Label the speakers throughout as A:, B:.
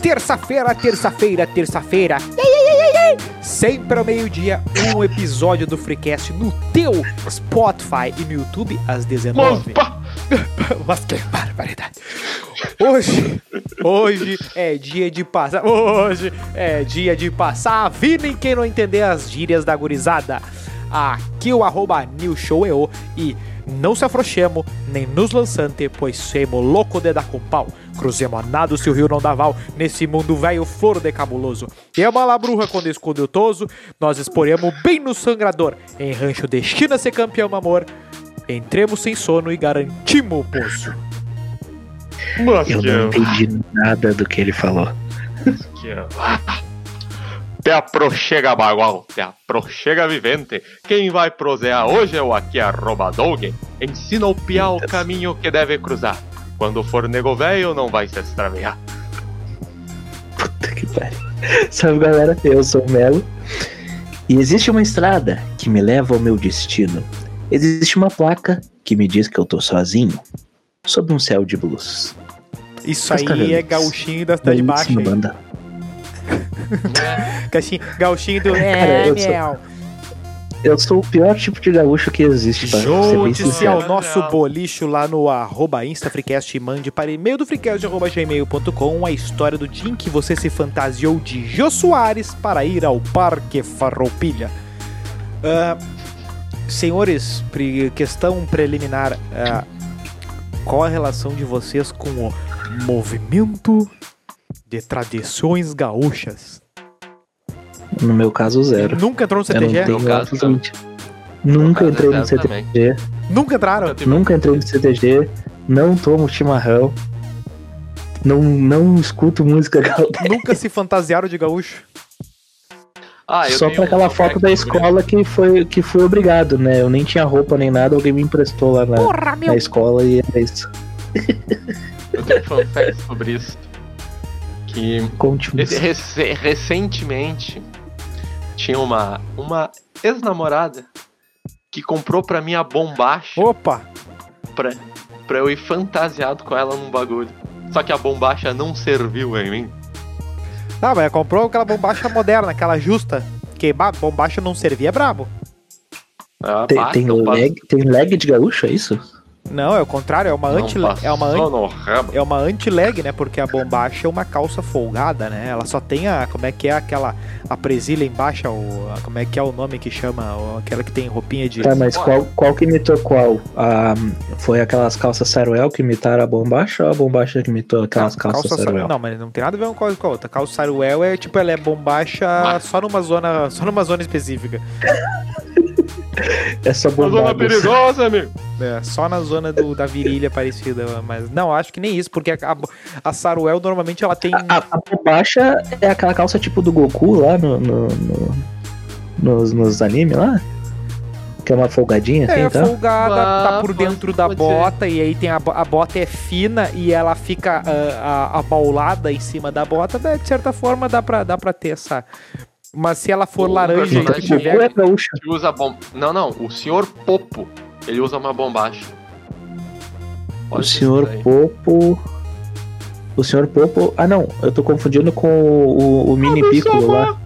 A: Terça-feira, terça-feira, terça-feira. Sempre ao meio-dia, um episódio do Freecast no teu Spotify e no YouTube às 19 Mas que barbaridade. Hoje, hoje é dia de passar. Hoje é dia de passar a vida em quem não entender as gírias da gurizada. Aqui o arroba newshow.eo e não se afrouxemo, nem nos lançante, pois semo louco de dar com pau. Cruzemo a nado se o rio não dá val, nesse mundo velho flor de cabuloso. E a malabruja quando esconde o toso, nós esporemos bem no sangrador, em rancho destina ser campeão amor. Entremos sem sono e garantimos o poço.
B: Mas
C: Eu
B: que
C: não
B: é,
C: entendi nada do que ele falou.
B: que é. Te aproxega, bagual, te aproxega, vivente. Quem vai prosear hoje é o aqui, arroba Doug. Ensina o piá o caminho que deve cruzar. Quando for nego velho, não vai se extraviar.
C: Puta que pariu. Salve galera, eu sou o Melo. E existe uma estrada que me leva ao meu destino. Existe uma placa que me diz que eu tô sozinho. Sob um céu de blues.
A: Isso
C: Cascavel.
A: aí é gauchinho da cidade baixa.
C: Belíssima
A: hein?
C: banda.
A: Gauchinho, gauchinho do...
C: Cara,
A: É,
C: eu sou-
A: meu.
C: Eu sou o pior tipo de gaúcho que existe, Tipo, pra ser bem
A: Junte-se
C: sincero.
A: ao nosso bolicho lá no arroba InstaFreecast e mande para e-mail do freecast arroba gmail.com a história do dia em que você se fantasiou de Jô Soares para ir ao Parque Farroupilha. Ah, senhores, pre- questão preliminar, ah, qual a relação de vocês com o movimento de tradições gaúchas?
C: No meu caso, zero.
A: Nunca entrou no
C: Eu não
A: CTG?
C: tenho
D: No caso,
C: absolutamente- Nunca
D: caso,
C: entrei no
D: zero
C: CTG.
D: também.
A: Nunca entraram?
C: Nunca entrei no CTG. Não tomo chimarrão. Não, não escuto música gaúcha.
A: Nunca se fantasiaram de gaúcho?
D: Ah, eu
C: Só
D: tenho
C: pra aquela
D: um
C: foto da
D: complexo
C: escola que foi, que foi obrigado, né? Eu nem tinha roupa nem nada, alguém me emprestou lá na,
A: Porra, meu!
C: na escola e era isso.
D: Eu tenho um fun fact sobre isso. Que
C: Conte
D: esse- é rece- recentemente tinha uma, uma ex-namorada que comprou pra mim a bombacha
A: Opa!
D: pra, pra eu ir fantasiado com ela num bagulho. Só que a bombacha não serviu em mim.
A: Tá, mas comprou aquela bombacha moderna, aquela justa. Que ba- bombacha não servia é brabo.
D: Ah,
C: Tem,
D: pá,
C: tem, um
D: não passou-
C: lag, tem lag de gaúcho, é isso?
A: Não, é o contrário, é uma
D: não
A: anti é uma
D: passou
A: anti
D: no rabo.
A: é uma anti-leg, né? Porque a bombacha é uma calça folgada, né? Ela só tem a como é que é aquela a presilha embaixo, o a- como é que é o nome que chama, o- aquela que tem roupinha de
C: Tá, mas qual, qual que imitou qual? Ah, foi aquelas calças saruel que imitaram a bombacha ou a bombacha que imitou aquelas calças
A: sa-
C: saruel?
A: Não, mas não tem nada a ver uma coisa com a outra. Calça saruel é tipo ela é bombacha só numa zona, só numa zona específica.
C: É só
D: Uma zona
C: bombacha.
D: perigosa, amigo.
A: É, só na zona do, da virilha parecida, mas não, acho que nem isso, porque a, a, a Saruel normalmente ela tem
C: A, a bombacha é aquela calça tipo do Goku lá no, no- no- nos, nos animes lá? Que é uma folgadinha, assim,
A: É,
C: então?
A: folgada,
D: Ah,
A: tá por
D: pode-
A: dentro da
D: pode
A: bota, e aí tem a, bo- a bota é fina e ela fica ah, ah, abaulada em cima da bota, né, de certa forma dá pra, dá pra ter essa. Mas se ela for
D: O
A: laranja e
C: Então,
D: personagem
A: tiver.
C: Goku é gaúcho.
D: Que usa bom... Não, não. O senhor Popo, ele usa uma bombacha.
C: O
D: Olha isso
C: senhor
D: daí.
C: Popo. O senhor Popo. Ah, não, eu tô confundindo com o, o- o Mini Piccolo lá.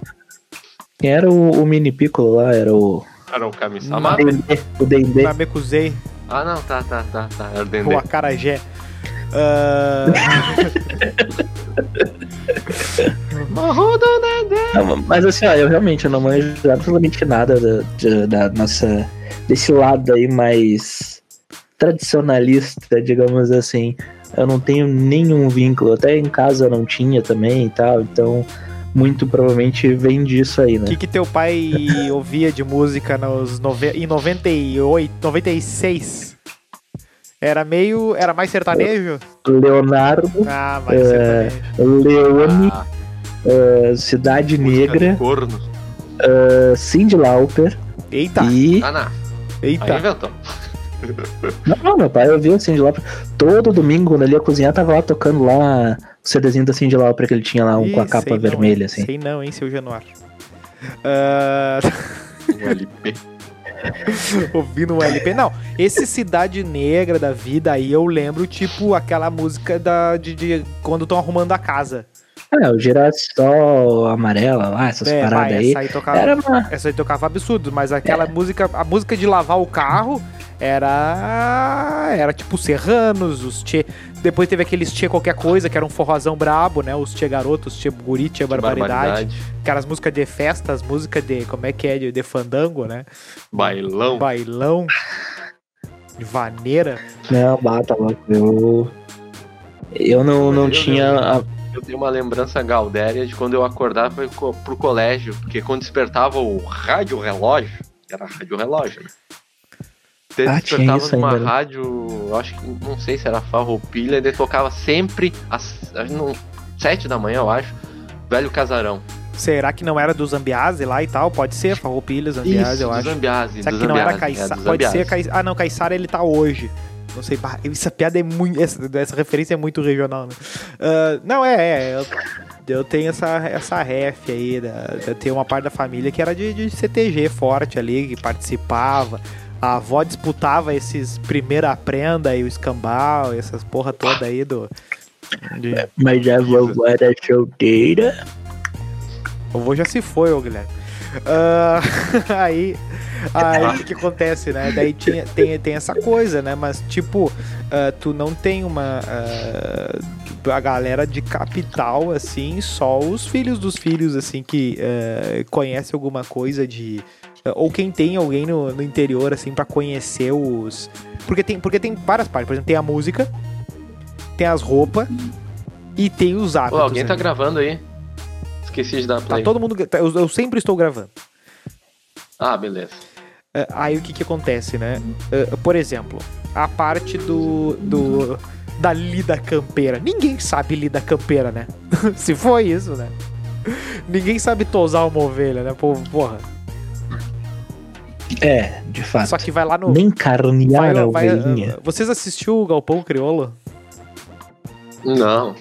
C: Quem era o, o Mini Piccolo lá? Era o.
D: Era o camisa
A: Não.
C: o Dendê, O Dendê.
A: Na Mekuzei,
D: Ah, não, tá, tá, tá, tá. Era o Dendê.
A: ou a Carajé. Ah,
D: Morro do Dendê.
C: Não, Mas assim, ó, eu realmente eu não manjo absolutamente nada da, de- da nossa. desse lado aí mais tradicionalista, digamos assim. Eu não tenho nenhum vínculo. Até em casa eu não tinha também e tal. Então, muito provavelmente vem disso aí,
A: O
C: né?
A: que, que teu pai ouvia de música nos nove... em 98, 96? Era meio. Era mais sertanejo?
C: Leonardo,
A: Ah, mais
C: É,
A: sertanejo.
C: Leone.
D: Ah,
C: Uh, Cidade
D: música de
C: Negra,
D: Corno.
C: uh, Cindy Lauper
A: Eita,
C: e.
D: Ah, não. Aí
C: Tá.
A: eita.
D: inventou.
C: Não, não, meu pai ouvia o Cindy Lauper. Todo domingo, quando ele ia cozinhar, tava lá tocando lá o CDzinho da Cindy Lauper que ele tinha lá, um com a
A: Ih,
C: capa
A: sei não,
C: vermelha,
A: hein?
C: assim.
A: Sei não, hein, seu Januário. Ah,
D: Um LP.
A: ouvindo um LP. Não, esse Cidade Negra da vida aí eu lembro, tipo, aquela música da, de, de quando estão arrumando a casa.
C: É, o girassol amarela lá, essas
A: É,
C: paradas
A: vai,
C: aí.
A: essa aí tocava,
C: Era É. uma.
A: essa aí tocava absurdo, mas aquela música, a música de lavar o carro era era tipo Serranos, os Tchê, depois teve aqueles Tchê qualquer coisa, que era um forrozão brabo, né, os Tchê garotos, os Tchê guri, Tchê barbaridade, aquelas músicas de festa, as músicas de, como é que é, de, de fandango, né,
D: Bailão.
A: bailão, de vaneira,
C: Não, bata louco. Eu. Eu não, não
D: Eu
C: tinha. a-
D: Eu tenho uma lembrança gaudéria de quando eu acordava co- pro colégio, porque quando despertava o rádio relógio, era rádio relógio, né? Daí
C: Ah, tinha
D: despertava
C: isso
D: numa
C: ainda, né?
D: rádio, eu acho que não sei se era farroupilha, e daí tocava sempre às, às não, sete da manhã, eu acho, Velho Casarão.
A: será que não era do Zambiase lá e tal, pode ser, Farroupilha, Zambiase, eu
D: do
A: acho.
D: Zambiase,
A: Será
D: do
A: que não era
D: Zambiase, é,
A: Caissara?
D: do
A: Pode ser
D: Zambiase.
A: Caissara. Ah, não, Caissara ele tá hoje. Não sei, bah, essa piada é muito. Essa, essa referência é muito regional, né? Ah, não, é, é. Eu, eu tenho essa, essa ref aí. Da, eu tenho uma parte da família que era de, de CTG forte ali, que participava. A avó disputava esses primeira prenda e o escambau, essas porra toda aí do. de-
C: Mas a vovó era solteira.
A: o vô já se foi, ô Guilherme. Ah, aí, aí o que acontece, né? Daí tinha, tem, tem essa coisa, né? Mas, tipo, ah, tu não tem uma. ah, a galera de capital, assim, só os filhos dos filhos, assim, que ah, conhece alguma coisa de. ah, Ou quem tem alguém no, no interior, assim, pra conhecer os. Porque tem, porque tem várias partes. Por exemplo, tem a música, tem as roupas e tem os
D: Ô,
A: hábitos.
D: alguém tá
A: né?
D: gravando aí? Esqueci de dar
A: Tá
D: play.
A: todo mundo. tá, Eu, eu sempre estou gravando.
D: Ah, beleza.
A: É, Aí o que que acontece, né? É, Por exemplo, a parte do. do da lida campeira. Ninguém sabe lida campeira, né? Se foi isso, né? Ninguém sabe tosar uma ovelha, né? Pô, Porra.
C: É, de fato.
A: Só que vai lá no.
C: Nem carnear
A: vai-
C: a
A: vai- ah,
C: ovelhinha.
A: vocês assistiu o Galpão Criolo?
D: Não.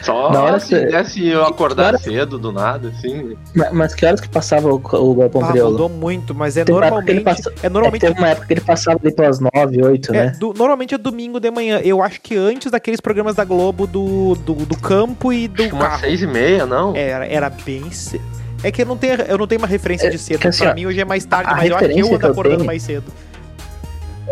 D: Só
C: Na hora
D: se
C: que-
D: desse eu acordar
C: Na hora-
D: cedo do nada, assim.
C: Ma- Mas que horas que passava o, o Galpão
A: Ah,
C: Crioulo?
A: mudou muito, mas é
C: Tem uma época que ele
A: normalmente. É
C: É que
A: normalmente.
C: teve uma época que ele passava ali pelas 9, 8,
A: É,
C: né?
A: do- normalmente é domingo de manhã. Eu acho que antes daqueles programas da Globo do, do, do campo e do
D: Acho que umas
A: carro. É,
D: seis e meia, não?
A: Era, era bem. ce- É que eu não tenho, eu não tenho uma referência de cedo.
C: que assim,
A: pra
C: ó,
A: mim hoje é mais tarde,
C: a
A: mas eu acho que eu
C: referência que
A: ando
C: eu
A: acordando
C: tenho-
A: mais cedo.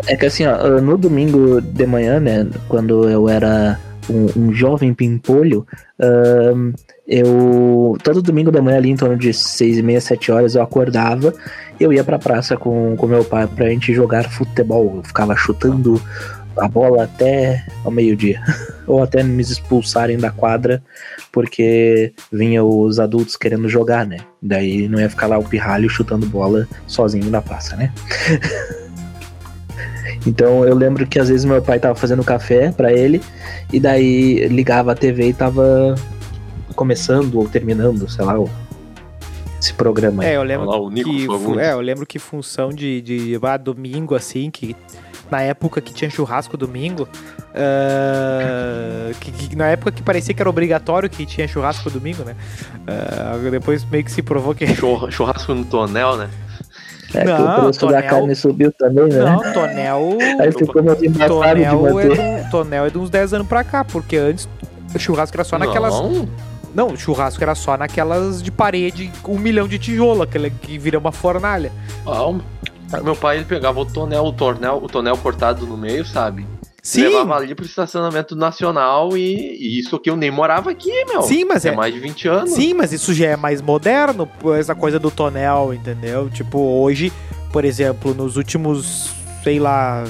C: É que assim, ó, no domingo de manhã, né, quando eu era um, um jovem pimpolho, ahn, eu. Todo domingo de manhã, ali em torno de seis e meia, sete horas, eu acordava, eu ia pra praça com, com meu pai pra gente jogar futebol. Eu ficava chutando a bola até ao meio-dia. Ou até me expulsarem da quadra, porque vinha os adultos querendo jogar, né? Daí não ia ficar lá o pirralho chutando bola sozinho na praça, né? Então eu lembro que às vezes meu pai tava fazendo café pra ele e daí ligava a TV e tava começando ou terminando, sei lá, o- esse programa. aí.
A: É, eu lembro
D: Olha lá, o Nico
A: que.
D: Fagundes.
A: fu- É, eu lembro que função de, de ah, domingo, assim, que. Na época que tinha churrasco domingo. ah, que, que na época que parecia que era obrigatório que tinha churrasco domingo, né? Ah, depois meio que se provou que.
D: Churra- Churrasco no tonel, né?
C: É, que
A: Não,
C: o preço da
A: Tonel-
C: carne subiu também, né?
A: Não, Tonel.
C: Aí ficou mais embaçado de
A: Tonel
C: manter.
A: é, de, tonel é de uns 10 anos pra cá, porque antes o churrasco era só naquelas
D: Não.
A: Não, o churrasco era só naquelas de parede, um milhão de tijolo, aquela que vira uma fornalha.
D: Calma. Tá, Meu pai ele pegava o tonel, o tonel, o tonel cortado no meio, sabe? Levava ali pro estacionamento nacional e, e isso que eu nem morava aqui, meu.
A: sim, mas
D: É
A: é,
D: mais de 20 anos.
A: sim, mas isso já é mais moderno, pô, essa coisa do tonel, entendeu? Tipo, hoje, por exemplo, nos últimos, sei lá,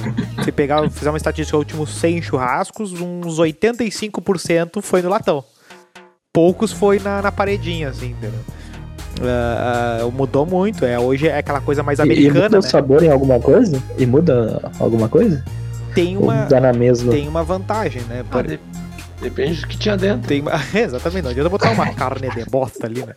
A: se pegar, fizer uma estatística, os últimos 100 churrascos, uns 85% foi no latão. Poucos foi na, na paredinha, assim, entendeu? Ah, ah, mudou muito, é, hoje é aquela coisa mais
C: E, e muda
A: americana,
C: o
A: né?
C: sabor em alguma coisa? E muda alguma coisa?
A: Tem uma,
C: Ou dá na mesma?
A: tem uma vantagem, né?
D: Ah,
A: Por-
D: de- depende do que tinha dentro.
A: Tem, é, exatamente, não adianta botar uma carne de bosta ali, né?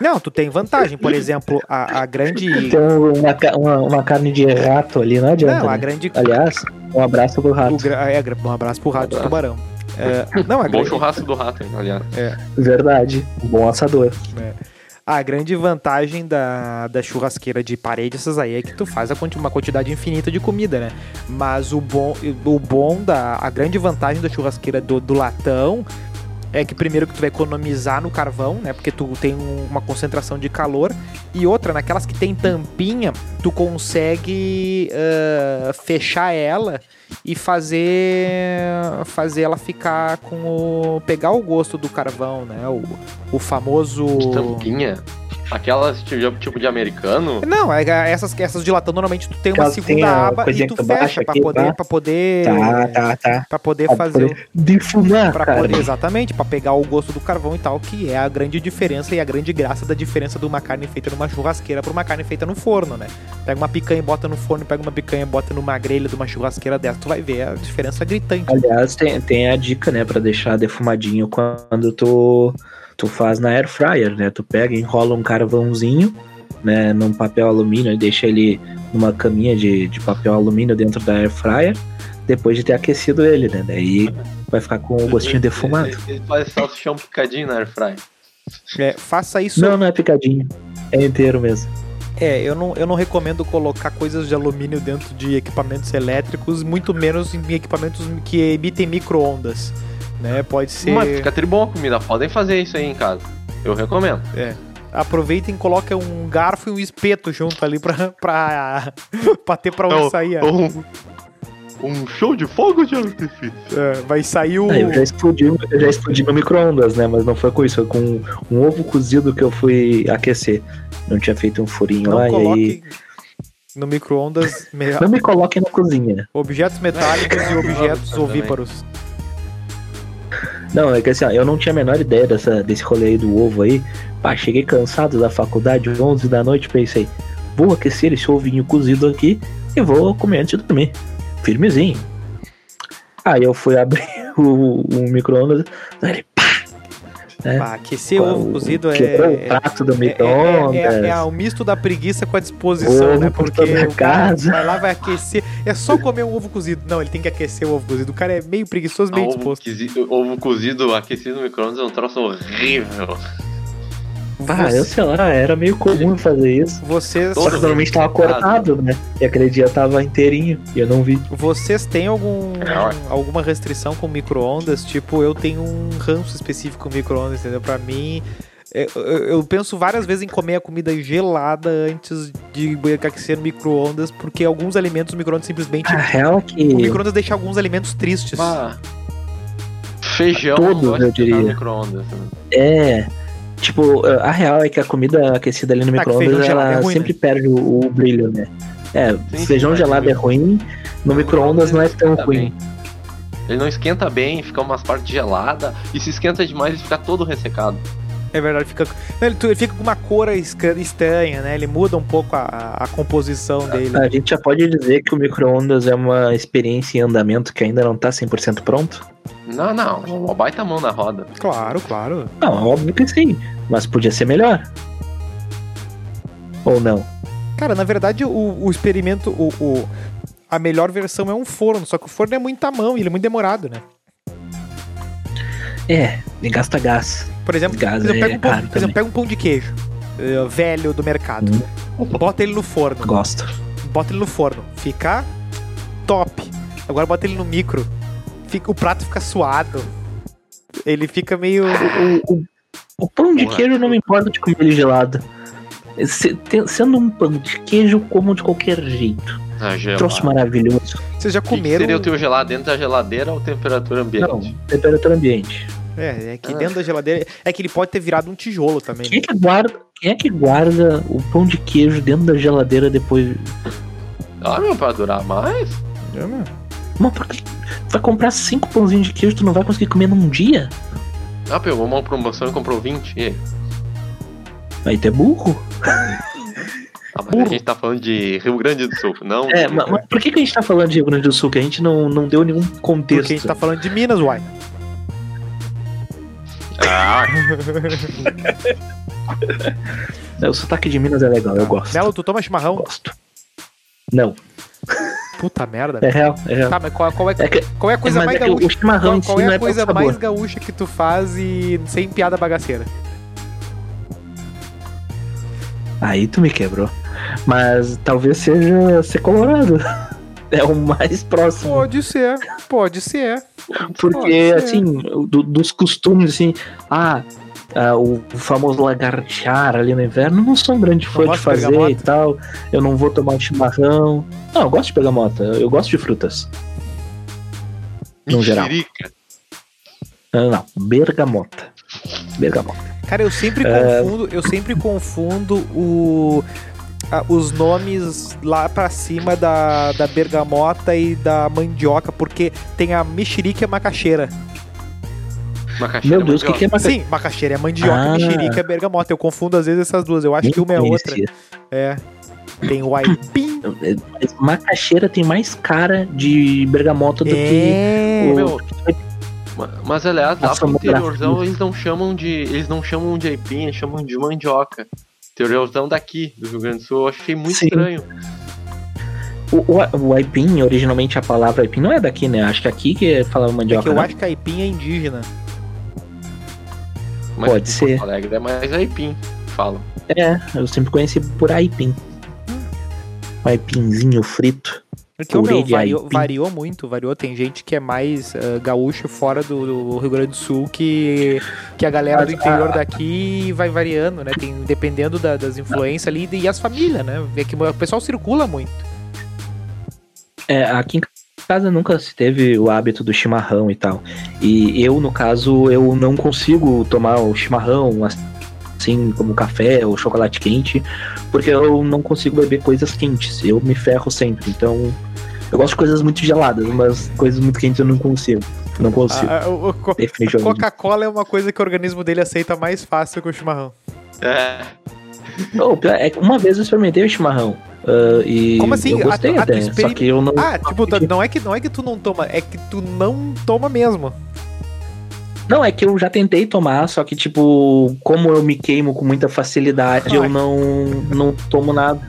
A: Não, tu tem vantagem. Por exemplo, a, a grande.
C: Tem um- uma, ca- uma, uma carne de rato ali, não adianta.
A: Não, a
C: né?
A: grande.
C: Aliás, um abraço pro rato.
A: o gra- é, gra- um abraço pro rato do tubarão. É, não, a
D: Bom
A: grande,
D: churrasco do rato, hein, aliás.
C: Verdade. Um bom assador.
A: a grande vantagem da, da churrasqueira de parede, essas aí, é que tu faz a quanti- uma quantidade infinita de comida, né? Mas o bom, o bom da. A grande vantagem da churrasqueira do, do latão é que primeiro que tu vai economizar no carvão, né? Porque tu tem um- uma concentração de calor. E outra, naquelas que tem tampinha, tu consegue ah, fechar ela e fazer fazer ela ficar com o pegar o gosto do carvão, né? O, o famoso
D: Tampinha. Aquelas tipo, tipo de americano.
A: não, é- é- essas, essas de latão, normalmente tu tem uma
C: Elas têm
A: segunda
C: a
A: aba e
C: coisinha
A: tu
C: que tu
A: fecha
C: baixa
A: pra
C: aqui,
A: poder,
C: tá?
A: pra poder,
C: Tá, tá, tá.
A: pra poder
C: Pra
A: fazer, o-
C: poder defumar,
A: pra
C: cara.
A: poder, exatamente, pra pegar o gosto do carvão e tal, que é a grande diferença e a grande graça da diferença de uma carne feita numa churrasqueira pra uma carne feita no forno, né? Pega uma picanha e bota no forno, pega uma picanha e bota numa grelha de uma churrasqueira dessa, tu vai ver a diferença gritante.
C: Aliás, tem, tem a dica, né, pra deixar defumadinho quando tu, tu faz na air fryer, né? Tu pega, enrola um carvãozinho, né, num papel alumínio e deixa ele numa caminha de, de papel alumínio dentro da air fryer, depois de ter aquecido ele, né? Daí vai ficar com
D: Um
C: o gostinho defumado.
D: Ele, ele faz salsichão picadinho na airfryer.
A: É, faça isso.
C: Não, não é picadinho. É inteiro mesmo.
A: É, eu não, eu não recomendo colocar coisas de alumínio dentro de equipamentos elétricos, muito menos em equipamentos que emitem micro-ondas. Né? Pode ser.
D: Mas fica tribom a comida. Podem fazer isso aí em casa. Eu recomendo.
A: Aproveitem e coloca um garfo e um espeto junto ali pra, pra, pra ter pra onde
B: Não,
D: É.
A: sair. a-
B: Um, um show de fogo de artifício.
A: é, vai sair o.
C: Ah, eu já explodi, eu já explodi no micro-ondas, né? Mas não foi com isso, foi com um ovo cozido que eu fui aquecer. Não tinha feito um furinho lá
A: não
C: e aí.
A: coloque no micro-ondas me-
C: Não me coloquem na cozinha.
A: objetos metálicos e objetos
D: Também.
A: ovíparos.
C: Não, é que assim, ó, eu não tinha a menor ideia dessa, desse rolê aí do ovo aí. Pá, cheguei cansado da faculdade, 11 da noite, pensei, vou aquecer esse ovinho cozido aqui e vou comer antes de dormir. Firmezinho. Aí eu fui abrir o, o micro-ondas, ele É.
A: Pá, aquecer Ah, ovo cozido é.
C: quebrou o prato do
A: É, é,
C: micro-ondas.
A: é, é, é o misto da preguiça com a disposição,
C: Ovo
A: né?
C: por
A: Porque
C: toda a
A: o cara
C: casa.
A: vai lá, vai aquecer. É só comer um ovo cozido. Não, ele tem que aquecer o ovo cozido. O cara é meio preguiçoso,
D: Ah,
A: meio
D: ovo,
A: disposto.
D: cozido, ovo cozido aquecido no micro-ondas é um troço horrível.
C: Pá, eu sei lá, era meio comum fazer isso.
A: Vocês,
C: Só que normalmente tava cortado, né? E aquele dia tava inteirinho e eu não vi.
A: vocês têm algum,
B: É, ué.
A: alguma restrição com micro-ondas? Tipo, eu tenho um ranço específico com micro-ondas, entendeu? Pra mim. é, Eu, eu penso várias vezes em comer a comida gelada antes de aquecer no micro-ondas, porque alguns alimentos o micro-ondas simplesmente.
C: A real é que.
A: O micro-ondas deixa alguns alimentos tristes.
D: Ah, feijão
C: Todos,
D: não gosto de botar
C: eu
D: no
C: diria.
D: micro-ondas. né?
C: É. Tipo, a real é que a comida aquecida ali no
A: Tá, que feijão
C: micro-ondas
A: gelado
C: ela
A: é ruim,
C: sempre perde o, o brilho, né? É,
D: Sim,
C: feijão
D: mas
C: gelado
D: no
C: né? é ruim, no micro-ondas não é tão
D: Tá
C: ruim.
D: bem. Ele não esquenta bem, fica umas partes geladas. E se esquenta demais, ele fica todo ressecado.
A: É verdade, fica. Não, ele, tu- ele fica com uma cor esca- estranha, né? Ele muda um pouco a, a- a composição dele.
C: A gente já pode dizer que o micro-ondas é uma experiência em andamento que ainda não tá 100% pronto?
D: Não, não, É uma baita mão na roda.
C: É.
A: Claro, claro.
C: Não, é óbvio que sim, mas podia ser melhor. Ou não?
A: Cara, na verdade, o, o experimento, o, o- a melhor versão é um forno, só que o forno é muita mão, e ele é muito demorado, né?
C: É, e gasta gás.
A: Por exemplo,
C: Gás
A: por exemplo,
C: é
A: pega, um pão,
C: caro
A: por exemplo, pega um pão de queijo eh, velho do mercado,
C: Uhum.
A: bota ele no forno,
C: Gosto.
A: bota ele no forno, fica top. Agora bota ele no micro, fica- o prato fica suado. Ele fica meio.
C: O, o- o pão de
D: Porra.
C: queijo não me importa de comer ele gelado. Se- te- sendo um pão de queijo, eu como de qualquer jeito.
D: Ah,
A: É um
D: gelado.
C: Troço maravilhoso.
A: Vocês já
D: O que que
A: comeram.
B: um
D: seria o teu gelado dentro da geladeira ou temperatura
C: Não,
D: ambiente?
C: temperatura ambiente.
A: É, é que
D: Ah.
A: dentro da geladeira. É que ele pode ter virado um tijolo também.
C: Quem é
A: Né?
C: que guarda, quem é que guarda o pão de queijo dentro da geladeira depois?
D: Ah, meu, pra durar mais?
C: É Mas por que? Vai comprar cinco pãozinhos de queijo, tu não vai conseguir comer num dia?
D: Ah, pegou uma promoção e comprou 20. E aí?
C: Aí tu é burro.
D: Ah, mas
C: Burro.
D: a gente tá falando de Rio Grande do Sul, não?
C: É,
D: de-
C: mas, mas por que, que a gente tá falando de Rio Grande do Sul? Que a gente não, não deu nenhum contexto.
A: Porque a gente tá falando de Minas, uai.
D: Ah,
C: É, O sotaque de Minas é legal, eu gosto.
A: Nelo, tu toma chimarrão?
C: Gosto. Não,
A: Puta merda.
C: é real, é real.
A: Tá, mas qual, qual é,
C: É que-
A: qual é a coisa
C: Mas
A: mais
C: é que
A: gaúcha?
C: o chimarrão
A: Qual,
C: em si
A: qual é
C: não
A: a coisa
C: pelo sabor.
A: mais gaúcha que tu faz e sem piada bagaceira?
C: Aí tu me quebrou. Mas talvez seja ser colorado. É o mais próximo.
A: Pode ser, pode ser.
C: Porque,
A: Pode ser.
C: assim, do- dos costumes, assim, ah, ah, o famoso lagartear ali no inverno, eu não sou um grande fã
A: gosta
C: de
A: de
C: fazer
A: bergamota?
C: e tal. Eu não vou tomar um chimarrão. Não, eu gosto de bergamota, eu eu gosto de frutas. No geral.
B: Mexerica.
C: Não, Ah, não, bergamota. Bergamota.
A: Cara, eu sempre
C: É.
A: confundo, eu sempre confundo o a- os nomes lá pra cima da, da bergamota e da mandioca, porque tem a mexerica e a macaxeira.
C: Meu Deus, o que, que é macaxeira?
A: Sim, macaxeira é mandioca,
C: Ah.
A: mexerica é bergamota. Eu confundo às vezes essas duas. Eu acho que uma é outra. É. Tem o aipim.
C: Mas É, macaxeira tem mais cara de bergamota do que.
A: É.
C: o-
D: Meu, Ma- Mas aliás, lá
C: é? Nossa,
D: pro
C: uma
D: interiorzão
C: grafite.
D: eles não chamam de. Eles não chamam de aipim, eles chamam de mandioca. Interiorzão daqui, do Rio Grande do Sul, eu achei muito
C: Sim.
D: estranho.
C: O, o, o aipim, originalmente a palavra aipim não é daqui, né? Acho que aqui que falava
A: É que
C: mandioca.
A: eu
C: né?
A: acho que aipim é indígena.
D: Mas
C: Pode
D: em
C: ser.
D: Porto Alegre é mais aipim, falam.
C: É, eu sempre conheci por aipim. Um aipinzinho frito.
A: Porque o
C: Purê
A: meu
C: de
A: variou,
C: é aipim.
A: variou muito, variou. Tem gente que é mais ah, gaúcho fora do, do Rio Grande do Sul que, que a galera do
C: Mas, ah,
A: interior daqui vai variando, né? Tem, dependendo da- das influências ali e as famílias, né? É que o pessoal circula muito.
C: É, aqui em casa nunca se teve o hábito do chimarrão e tal. E eu, no caso, eu não consigo tomar o chimarrão assim como café ou chocolate quente, porque eu não consigo beber coisas quentes. Eu me ferro sempre. Então, eu gosto de coisas muito geladas, mas coisas muito quentes eu não consigo. Não consigo.
A: Ah, ah, o- o co-
C: Definitivamente.
A: Coca-Cola é uma coisa que o organismo dele aceita mais fácil que o chimarrão.
D: É,
C: Não, pior é que uma vez eu experimentei o chimarrão. ah, e
A: Como assim?
C: Eu gostei
A: Ah, tu- ah, tu
C: até, só
A: experim-
C: que eu não.
A: Ah, tipo, tu- não é, que, não é que tu não toma, é que tu não toma mesmo.
C: Não, é que eu já tentei tomar, só que, tipo, como eu me queimo com muita facilidade,
A: Ai.
C: eu não, não tomo nada.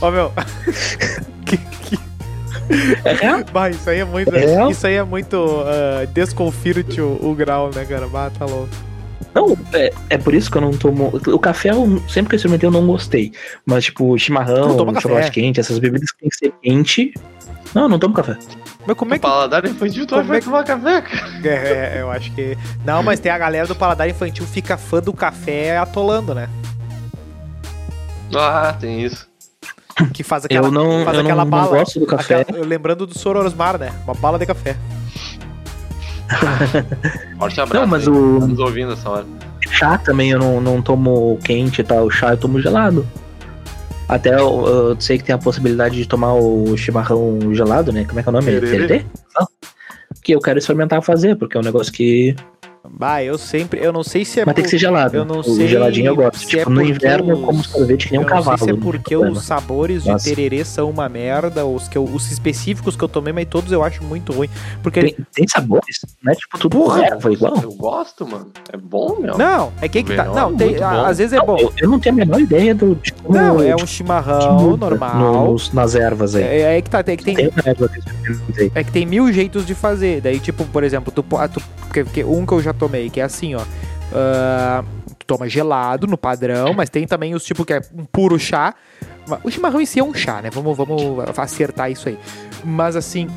A: Ó, meu,
C: É real?
A: bah, isso aí é muito.
C: É?
A: Isso aí é muito. ah, Desconfirte o, o grau, né, cara? Bah, tá louco.
C: Não, é, é por isso que eu não tomo. O café, eu, sempre que eu experimentei, eu não gostei. Mas, tipo,
A: Tu
C: chimarrão,
A: toma café?
C: chocolate quente, essas bebidas que tem que ser quente. Não, eu não tomo café.
A: Mas como é
D: o
A: que
D: paladar infantil tu
A: Como
D: vai
A: é que-
D: tomar café, cara.
A: É, é, eu acho que. Não, mas tem a galera do paladar infantil fica fã do café atolando, né?
D: Ah, tem isso.
A: Que faz aquela,
C: eu não,
A: faz
C: eu
A: aquela
C: não, não
A: bala.
C: gosto do café.
A: aquela- lembrando do Sororosmar, né? Uma bala de café.
D: Forte abraço.
C: Não, mas
D: hein? Tá
C: o
D: nos ouvindo essa hora.
C: chá também eu não, não tomo quente e tal. Chá eu tomo gelado. Até eu, eu sei que tem a possibilidade de tomar o chimarrão gelado, né? Como é que é o nome?
D: Tererê.
C: Tererê? Não. Que eu quero experimentar fazer, porque é um negócio que.
A: Bah, eu sempre. Eu não sei se é.
C: Mas tem que ser gelado.
A: eu não
C: o
A: sei
C: geladinho eu gosto.
A: se
C: Tipo,
A: é
C: no
A: porque
C: inverno
A: os-
C: eu como sorvete que nem um
A: eu
C: cavalo.
A: não sei se é
C: não
A: porque
C: tem problema.
A: os sabores de
C: Nossa.
A: tererê são uma merda, os, que eu- os específicos que eu tomei, mas todos eu acho muito ruim. Porque
C: Tem, tem sabores, né? Tipo, tudo
A: Porra.
C: erva igual.
D: Eu gosto, mano. É bom, meu.
A: Não, é quem que tá.
D: Verão,
A: Não, tem,
D: muito
A: a-
D: bom.
A: às vezes é bom.
C: Eu, eu não tenho a menor ideia do. de como-
A: Não, é
C: de
A: um chimarrão
C: como muda
A: normal.
C: nos- nas ervas aí.
A: É, é que tá, é que tem
C: Tem uma erva que eu experimentei.
A: É que tem mil jeitos de fazer. Daí, tipo, por exemplo, tu, po- ah, tu- que- que- um que eu já tomei, que é assim, ó. Ah, tu toma gelado no padrão, mas tem também os tipo que é um puro chá. Ma- O chimarrão em si é um chá, né? Vamos, vamos acertar isso aí. Mas assim,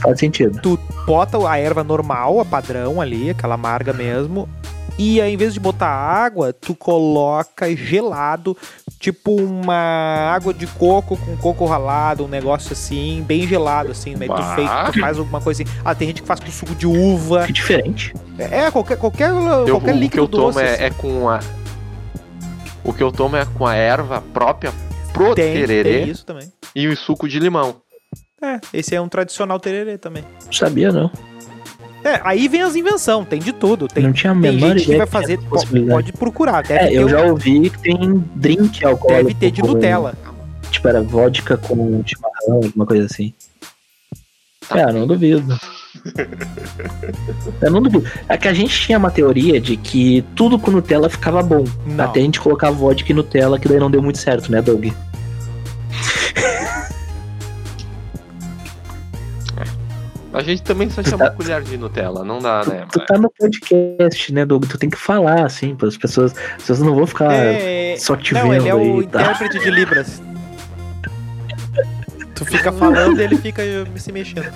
C: Faz sentido.
A: bota a erva normal, a padrão ali, aquela amarga mesmo. E aí, em vez de botar água, tu coloca gelado, tipo uma água de coco com coco ralado, um negócio assim, bem gelado, assim, né? Tu,
D: Bah.
A: fei- tu faz alguma coisa assim. Ah, tem gente que faz com suco de uva.
C: Que diferente.
A: É, é, qualquer, qualquer,
D: Eu-
A: qualquer
D: o que
A: líquido
D: eu tomo
A: doce.
D: é,
A: assim.
D: é com a. O que eu tomo é com a erva própria pro
A: tem, tem
D: é tererê
A: isso também.
D: e o suco de limão.
A: É, esse é um tradicional tererê também.
C: Não sabia, não.
A: É, aí vem as invenções, tem de tudo. Tem,
C: não tinha a
A: tem
C: menor
A: gente que vai
C: ideia tinha
A: fazer,
C: essa
A: po-
C: possibilidade.
A: pode procurar. Deve,
C: É, eu
A: ter, um
C: já ouvi que tem drink alcoólico.
A: deve ter de
C: com-
A: Nutella.
C: Tipo, era vodka com chimarrão, alguma coisa assim.
D: Tá.
C: É, não duvido. Eu não duvido. É que a gente tinha uma teoria de que tudo com Nutella ficava bom.
A: Não.
C: Até a gente colocar vodka e Nutella, que daí não deu muito certo, né, Doug?
D: A gente também só chama colher de Nutella, não dá, né?
C: Tu tá no podcast, né, Doug? Tu tem que falar, assim, para as pessoas. As pessoas não vão ficar
A: É,
C: só te
A: não,
C: vendo tá?
A: ele é o
C: aí, tá?
A: intérprete de Libras. Tu fica falando e ele fica eh, se mexendo.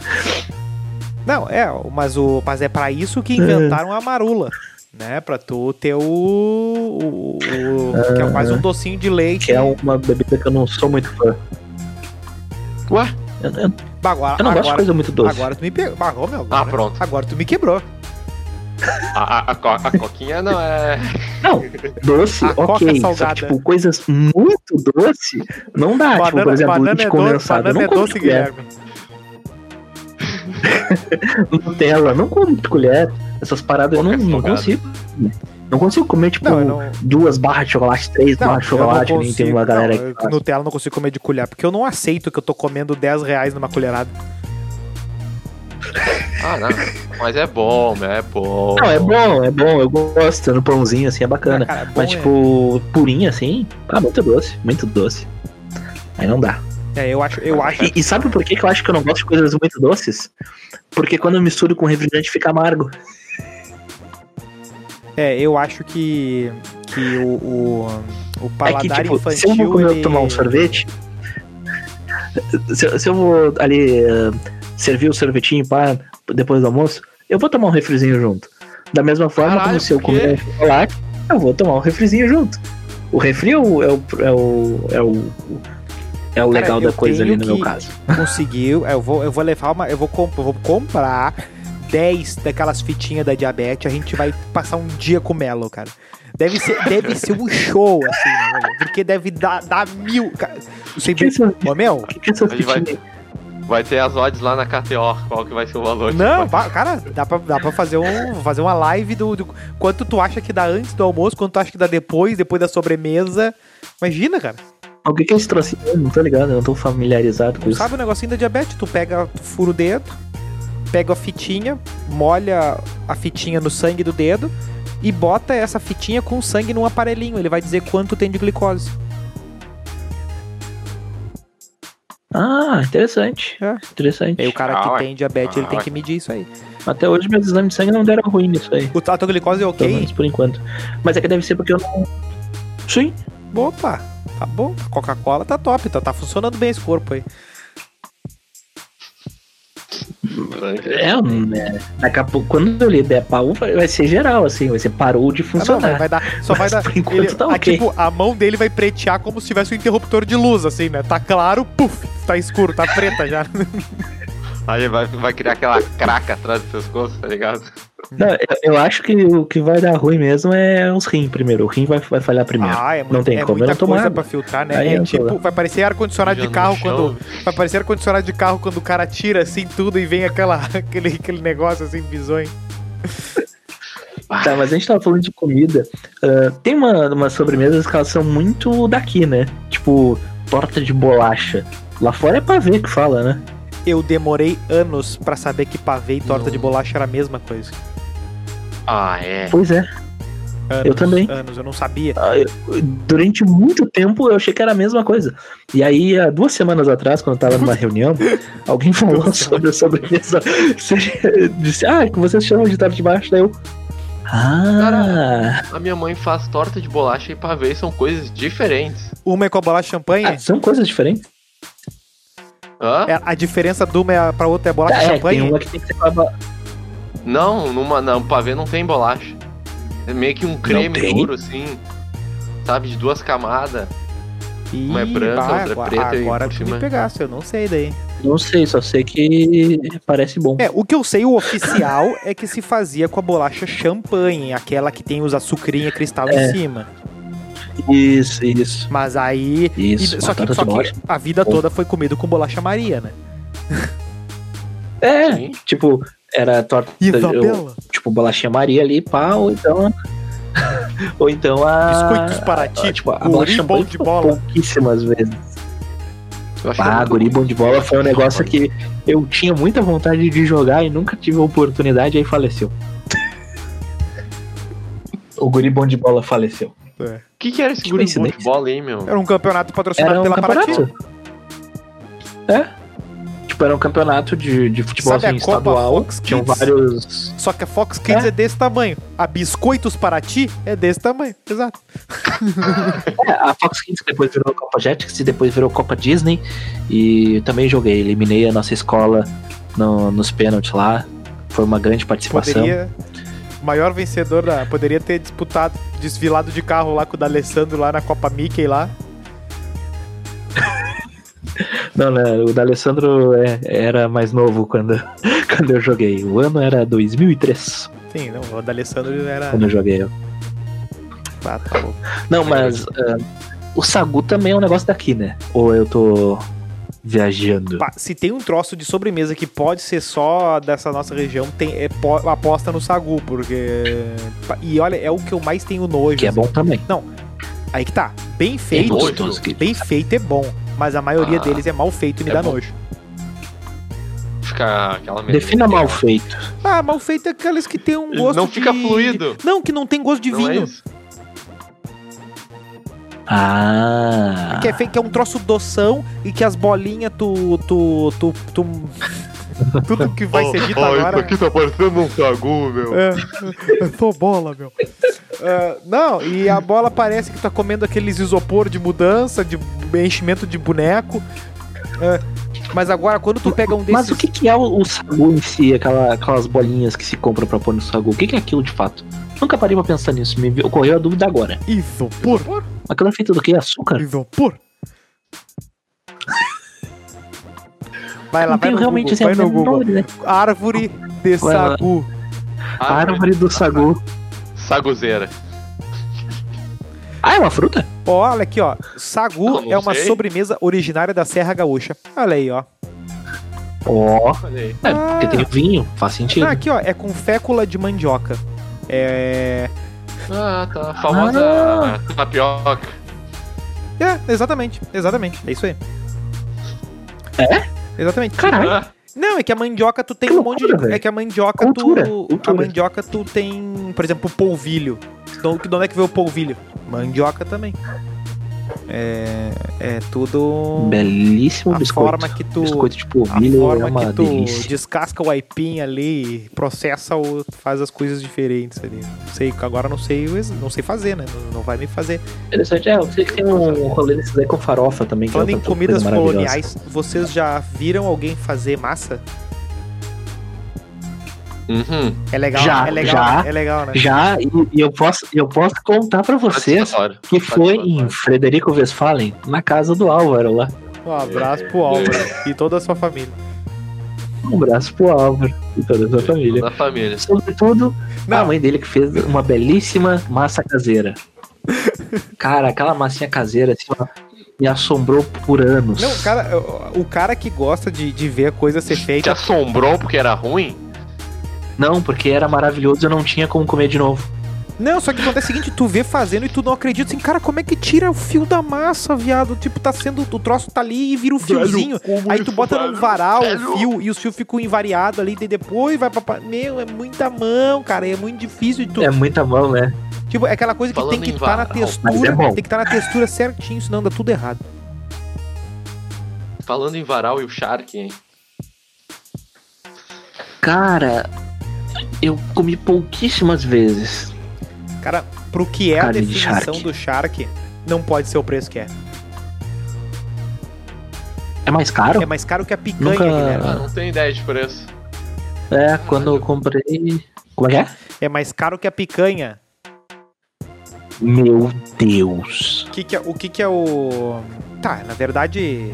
A: Não, é, mas, o, mas é para isso que inventaram a marula. Né, pra tu ter o. o, o
C: Ah.
A: que é mais um docinho de leite.
C: Que é uma bebida que eu não sou muito fã.
D: Ué?
C: Eu, eu- eu
A: Bah, agora,
C: não gosto de
A: agora,
C: coisa muito doce. Ah,
A: agora tu me pegou. Bah, ô, meu,
D: Ah,
A: agora,
D: pronto.
A: agora tu me quebrou.
D: A, a, a, co- a coquinha não é.
C: Doce,
A: A Coca
C: ok. Só
A: salgada.
C: que, tipo, coisas muito doce, não dá. tipo, por exemplo, leite
A: é doce,
C: condensado.
A: banana
C: não
A: é
C: como né?
A: doce,
C: de colher.
A: Guilherme.
C: Nutella, não como de colher. Essas paradas eu não,
D: Coca
C: não
D: salgada.
C: consigo. Não consigo comer, tipo,
A: Não, eu não.
C: duas barras de chocolate, três
A: Não,
C: barras de chocolate,
A: eu
C: que
A: não
C: nem
A: consigo,
C: tem uma galera
A: não,
C: que
A: eu-
C: faz.
A: Nutella eu não consigo comer de colher, porque eu não aceito que eu tô comendo 10 reais numa colherada.
D: Ah, não. Mas é bom, é bom.
C: Não, é bom, é bom, eu gosto no pãozinho, assim, é bacana.
A: Ah, cara, bom
C: Mas,
A: é-
C: tipo, purinha, assim, ah, muito doce, muito doce. Aí não dá.
A: É, eu acho, eu acho.
C: E, e sabe por que, que eu acho que eu não gosto de coisas muito doces? Porque quando eu misturo com refrigerante fica amargo.
A: É, eu acho que. Que o. O, o paladar
C: é que, tipo,
A: infantil.
C: se eu vou comer,
A: ele-
C: tomar um sorvete. Se, eu- se eu vou ali eh, servir o sorvetinho para depois do almoço, eu vou tomar um refrizinho junto. Da mesma forma
D: Caralho,
C: como se eu
D: por quê?
C: comer um chocolate, eu vou tomar um refrizinho junto. O refri é o. é o. é o, é o, é o
A: Cara,
C: legal
A: eu
C: da coisa
A: tenho
C: ali no
A: que-
C: meu caso.
A: Conseguiu. É, Eu vou, eu vou levar uma. Eu vou, comp- eu vou comprar 10 daquelas fitinhas da diabetes. A gente vai passar um dia com Melo, cara. Deve ser, deve ser um show, assim, né, velho? Porque deve dar, dar mil. Cara, você
C: Que
A: vê.
C: essas-
A: Ô, meu,
C: que é que essas
D: Aí vai-
C: fitinhas-
D: Vai ter as odds lá na KTO, qual que vai ser o valor.
A: Não, va- cara, dá pra, dá pra fazer, um, fazer uma live do, do- Quanto tu acha que dá antes do almoço, quanto tu acha que dá depois, depois da sobremesa. Imagina, cara.
C: O que, que é esse trocinho? Eu Não tô ligado, eu não tô familiarizado com
A: Tu
C: isso.
A: sabe o negocinho da diabetes? Tu pega, tu fura o dedo, pega a fitinha, molha a fitinha no sangue do dedo e bota essa fitinha com sangue num aparelhinho. Ele vai dizer quanto tem de glicose.
C: Ah, interessante.
A: É. E
C: Interessante.
A: aí o cara
D: Ah,
A: que
D: ué.
A: tem diabetes, ele
D: Ah,
A: tem
D: ué.
A: que medir isso aí.
C: Até hoje meus exames de sangue não deram ruim nisso aí.
A: O, a tua glicose é
C: Pelo
A: ok?
C: menos por enquanto. Mas é que deve ser porque eu não. Sim.
A: Opa, tá bom. A Coca-Cola tá top, tá, tá funcionando bem esse corpo aí. Tá,
C: É, um, é, daqui a pouco, quando eu lider pau, vai vai ser geral, assim, vai ser parou de
A: Ah, não, vai,
C: funcionar.
A: vai dar, só vai
C: Mas
A: dar.
C: por enquanto
A: ele-
C: tá
A: ah,
C: ok.
A: tipo, a mão dele vai pretear como se tivesse um interruptor de luz, assim, né? Tá claro, puf, tá escuro, tá preta já.
D: Aí vai, vai criar aquela craca atrás dos seus costos, tá ligado?
C: Não, eu, eu acho que o que vai dar ruim mesmo é os rim primeiro. O rim vai, vai falhar primeiro.
A: Ah, é,
C: Não tem
A: é
C: como, eu
A: muita
C: não tomo
A: coisa
C: água.
A: pra filtrar, né?
C: Aí
A: é
C: eu
A: tipo,
C: tomo.
A: vai parecer ar-condicionado de
D: Mijando
A: carro
D: no
A: quando.
D: chão.
A: Vai parecer ar-condicionado de carro quando o cara tira assim tudo e vem aquela, aquele, aquele negócio assim, bizonho. Ah.
C: Tá, mas a gente tava falando de comida. Ah, tem uma, umas sobremesas que elas são muito daqui, né? Tipo, torta de bolacha. Lá fora é pavê que fala, né?
A: Eu demorei anos pra saber que pavê e torta
D: Não.
A: de bolacha era a mesma coisa.
D: Ah, é.
C: Pois é.
A: Anos,
C: Eu também.
A: Anos, eu não sabia.
C: Ah, eu- Durante muito tempo eu achei que era a mesma coisa. E aí, há duas semanas atrás, quando eu tava numa reunião, alguém falou
A: Duas
C: sobre a sobremesa. Você Disse, ah, que vocês chamam de tarde de baixo, daí eu. Ah,
D: A minha mãe faz torta de bolacha e pavê são coisas diferentes.
A: Uma é com a bolacha de champanhe.
C: ah, são coisas diferentes.
D: Hã?
A: é- A diferença de uma é pra outra é bolacha
C: Ah,
A: de
C: é,
A: champanhe.
C: tem uma que tem que ser com a ba-
D: Não, numa, não, pavê não tem bolacha. É meio que um creme
C: tem?
D: duro, assim. Sabe, de duas camadas.
A: Ih,
D: Uma é branca,
A: bah,
D: outra é
A: agora-
D: preta e
A: Agora
D: por
A: tu me
D: cima.
A: pegasse, eu não sei daí.
C: Não sei, só sei que parece bom.
A: É, o que eu sei, o oficial, é que se fazia com a bolacha champanhe, aquela que tem os açucrinha cristal em
C: É.
A: cima.
C: Isso, isso.
A: Mas aí. É. e-
C: Isso,
A: só que,
C: batata
A: só
C: de
A: que
C: bolacha.
A: a vida
C: Bom.
A: toda foi comido com bolacha Maria, né?
C: É,
D: Sim.
C: tipo, era torta. eu-
A: Isabela,
C: tipo, bolachinha Maria ali, pá, ou então. ou então a.
A: biscoitos para
C: Ah,
A: ti,
C: tipo, a bola
A: guri bom
C: champanhe
A: de
C: foi
A: bola.
C: pouquíssimas vezes.
D: Eu acho que é
C: Ah,
D: muito
C: guri
D: ruim.
C: bom de bola foi um negócio que eu tinha muita vontade de jogar e nunca tive a oportunidade, aí faleceu. O guri bom de bola faleceu.
D: O que, que era esse
C: Que
D: guri bom de
C: coincidência.
D: bola, hein, meu?
C: um
A: Era um campeonato patrocinado
C: Era um
A: pela Paraty.
C: campeonato. É. Tipo, tipo, era um campeonato de, de futebol
A: Sabe a
C: assim,
A: Copa
C: estadual.
A: Fox
C: Tinham
A: Kids?
C: vários.
A: Só que a Fox Kids é,
C: É.
A: desse tamanho. A Biscoitos Paraty é desse tamanho. Exato.
C: É, a Fox Kids depois virou Copa Jetix e depois virou Copa Disney. E também joguei, eliminei a nossa escola no- nos pênaltis lá. Foi uma grande participação.
A: Poderia. O maior vencedor da. Poderia ter disputado, desfilado de carro lá com o D'Alessandro lá na Copa Mickey lá.
C: Não, né, o D'Alessandro é- era mais novo quando, quando eu joguei. O ano era 2003
A: Sim, não, o D'Alessandro era.
C: quando eu joguei.
A: Ah, tá bom.
C: Não, mas ah, o Sagu também é um negócio daqui, né? Ou eu tô viajando?
A: Pá, se tem um troço de sobremesa que pode ser só dessa nossa região, tem é po- aposta no sagu, porque. pá, E olha, é o que eu mais tenho nojo.
C: Que é
A: assim.
C: bom também.
A: Aí que tá. Bem
C: É
A: feito.
C: gostoso. que-
A: Bem feito é bom, mas a maioria
D: Ah,
A: deles é mal feito e me
D: é
A: dá
D: bom.
A: nojo.
D: Fica aquela merda.
C: Defina
A: É.
C: mal feito.
A: Ah, mal feito é aquelas que tem um gosto
B: Não
A: de-
B: fica fluido.
A: Não, que não tem gosto de
D: Não é
A: vinho.
D: isso?
C: Ah.
A: que, é feito, que é um troço doção e que as bolinhas tu. tu. tu. tu tudo que vai ser dito
B: Ó, ó,
A: agora.
B: Isso aqui tá parecendo um sagu, meu.
A: É, eu tô bola, meu. É, não, e a bola parece que tá comendo aqueles isopor de mudança, de enchimento de boneco. É, mas agora, quando tu pega um desses.
C: Mas o que, que é o, o sagu em si, aquela- aquelas bolinhas que se compram pra pôr no sagu? O que, que é aquilo de fato? Nunca parei pra pensar nisso, me ocorreu a dúvida agora.
A: Isopor?
C: Aquilo é feito do que? Açúcar?
A: Isopor? Vai lá, vai
C: não tenho
A: no
C: realmente
A: Google, vai
C: assim, a
A: no
C: menor
A: Google.
C: ideia.
A: Árvore de
C: Vai lá.
A: sagu.
D: Ah,
A: Ah,
C: A árvore
A: tá.
C: do sagu.
B: Saguzeira.
C: Ah, é uma fruta?
A: Ó, olha aqui, ó. Sagu
B: Ah, não
A: é uma
B: sei.
A: sobremesa originária da Serra Gaúcha. Olha aí, ó.
C: Ó.
D: Olha aí.
C: É,
A: Ah.
C: porque tem vinho, faz sentido.
A: Ah, aqui, ó. É com fécula de mandioca. É.
D: Ah, tá. A famosa tapioca.
A: É, exatamente, exatamente. É isso aí. É? Exatamente.
C: Caralho.
D: Ah,
A: Não, é que a mandioca tu tem
C: Que
A: um monte de.
C: loucura, velho.
A: É que a mandioca
C: Cultura,
A: tu.
C: cultura.
A: A mandioca tu tem, por exemplo, o polvilho. Então, de onde é que veio o polvilho? Mandioca também. É. É tudo.
C: Belíssimo
A: a
C: um biscoito.
A: forma que tu.
C: Biscoito de
A: A
C: polvilho é
A: forma
C: uma
A: que tu
C: delícia.
A: descasca o aipim ali, e processa ou faz as coisas diferentes ali. Não sei, agora não sei, o ex- não sei fazer, né? Não, não vai me fazer.
C: Interessante, é, eu sei que tem um rolê desses aí com farofa também. Que
A: Falando
C: é
A: em
C: outra coisa
A: comidas
C: maravilhosa.
A: coloniais, vocês já viram alguém fazer massa?
D: Uhum.
A: É legal,
C: Já,
A: né? é legal,
C: já.
A: né? é legal, né?
C: Já, e, e eu, posso, eu posso contar pra vocês
D: Satisfatório.
C: que foi em
D: Satisfatório.
C: Frederico Westphalen, na casa do Álvaro lá.
A: Um abraço pro Álvaro e toda a sua família.
C: Um abraço pro Álvaro e toda a sua família.
D: Da família.
C: Sobretudo a
A: Não,
C: mãe dele que fez uma belíssima massa caseira. Cara, aquela massinha caseira assim, ó, me assombrou por anos.
A: não, cara, o cara que gosta de, de ver a coisa ser
B: Te
A: feita.
B: assombrou porque era ruim?
C: Não, porque era maravilhoso e eu não tinha como comer de novo.
A: Não, só que acontece o seguinte, tu vê fazendo e tu não acredita assim, cara, como é que tira o fio da massa, viado? Tipo, tá sendo. O troço tá ali e vira um fiozinho. Aí tu bota num varal o fio e o fio ficam invariado ali, e depois vai pra. pa- Meu, é muita mão, cara, é muito difícil de tu.
C: É muita mão, né?
A: Tipo, é aquela coisa que
D: Falando
A: tem que
D: em
A: estar na
D: varal,
C: mas
A: textura,
C: é bom.
A: tem que estar na textura certinho, senão dá tudo errado.
D: Falando em varal e o Shark, hein?
C: Cara, eu comi pouquíssimas vezes.
A: Cara, pro que é a
C: Carne de
A: definição
C: shark.
A: do shark, não pode ser o preço que é.
C: É mais caro?
A: É mais caro que a picanha,
C: Nunca-
A: Guilherme.
D: Ah, não tem ideia de preço.
C: É, quando eu comprei. Como é que é?
A: É mais caro que a picanha.
C: Meu Deus.
A: O que, que é, o que, que é o. Tá, na verdade.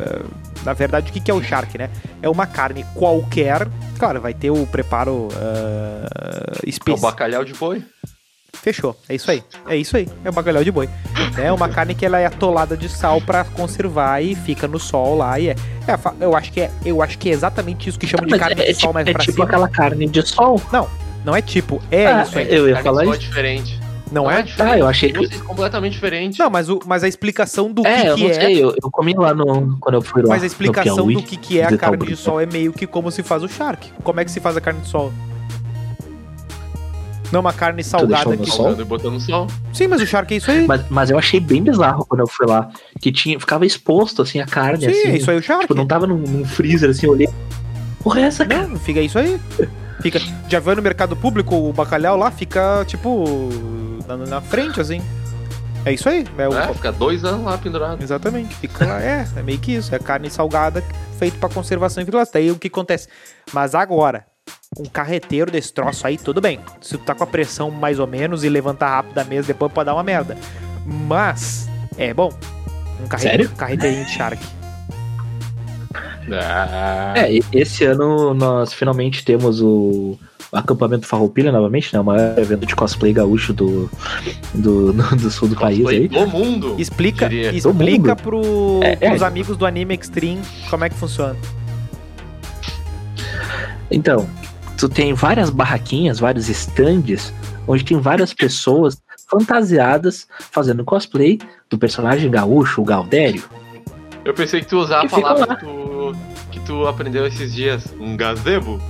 A: eh, Na verdade, o que, que é o shark, né? É uma carne qualquer. Claro, vai ter o preparo ah,
D: É o
A: específico.
D: bacalhau de boi.
A: Fechou. É isso aí. É isso aí. É o bagalhau de boi. É uma carne que ela é atolada de sal pra conservar e fica no sol lá e é. é, fa- eu acho que é, eu acho que é exatamente isso que chamam de
C: Mas
A: carne
C: é, é
A: de sol
C: tipo,
A: mais
C: é
A: pra
C: tipo
A: cima.
C: aquela carne de sol.
A: Não é tipo, é
C: Ah,
A: isso aí.
C: Eu ia
D: Carne
C: falar
D: de boi é
C: isso.
D: diferente.
A: Não é?
C: Ah,
D: diferente.
C: eu achei que.
D: Gosto é completamente diferente.
A: Não, mas, o, mas a explicação do
C: É, eu
A: que, que
C: não é
A: é.
C: sei. Eu, eu comi lá no. Quando eu fui lá.
A: Mas a
C: no
A: explicação
C: Piauí.
A: do que, que é a
C: visitar o
A: carne de
C: Bruno.
A: sol é meio que como se faz o shark. Como é que se faz a carne de sol? Não, uma carne salgada
C: deixando
A: que.
C: no sol?
D: Salgando e botando sol.
A: Sim, mas o charque é isso aí.
C: Mas, mas eu achei bem bizarro quando eu fui lá. Que tinha, ficava exposto, assim, a carne,
A: Sim,
C: assim.
A: é isso aí o charque.
C: Tipo, não tava num, num freezer, assim, eu olhei. Porra, é essa, cara?
A: Não, fica isso aí. Fica. Já vai no mercado público, o bacalhau lá fica, tipo, na, na frente, assim. É isso aí. É o-
D: né? Fica dois anos lá pendurado.
A: Exatamente. Fica lá, é, é meio que isso. É carne salgada feito pra conservação e frigorífico. Daí o que acontece? Mas agora, um carreteiro desse troço aí, tudo bem. Se tu tá com a pressão mais ou menos e levantar rápido da mesa, depois pode dar uma merda. Mas, é bom. Um, carre...
C: Sério?
A: um carreteirinho de charque.
D: Ah,
C: É, e- esse ano nós finalmente temos o acampamento Farroupilha novamente, né? O maior evento de cosplay gaúcho do, do, no- do sul do país
D: foi
C: É, aí.
D: do mundo.
A: Explica,
D: Diria, todo
A: explica
C: mundo.
A: pro,
C: É, é.
A: pros amigos do Anime Extreme como é que funciona.
C: Então, tu tem várias barraquinhas, vários estandes, onde tem várias pessoas fantasiadas fazendo cosplay do personagem gaúcho, o Galdério.
D: Eu pensei que tu usava a
C: E fica
D: palavra que tu, que tu aprendeu esses dias. Um gazebo?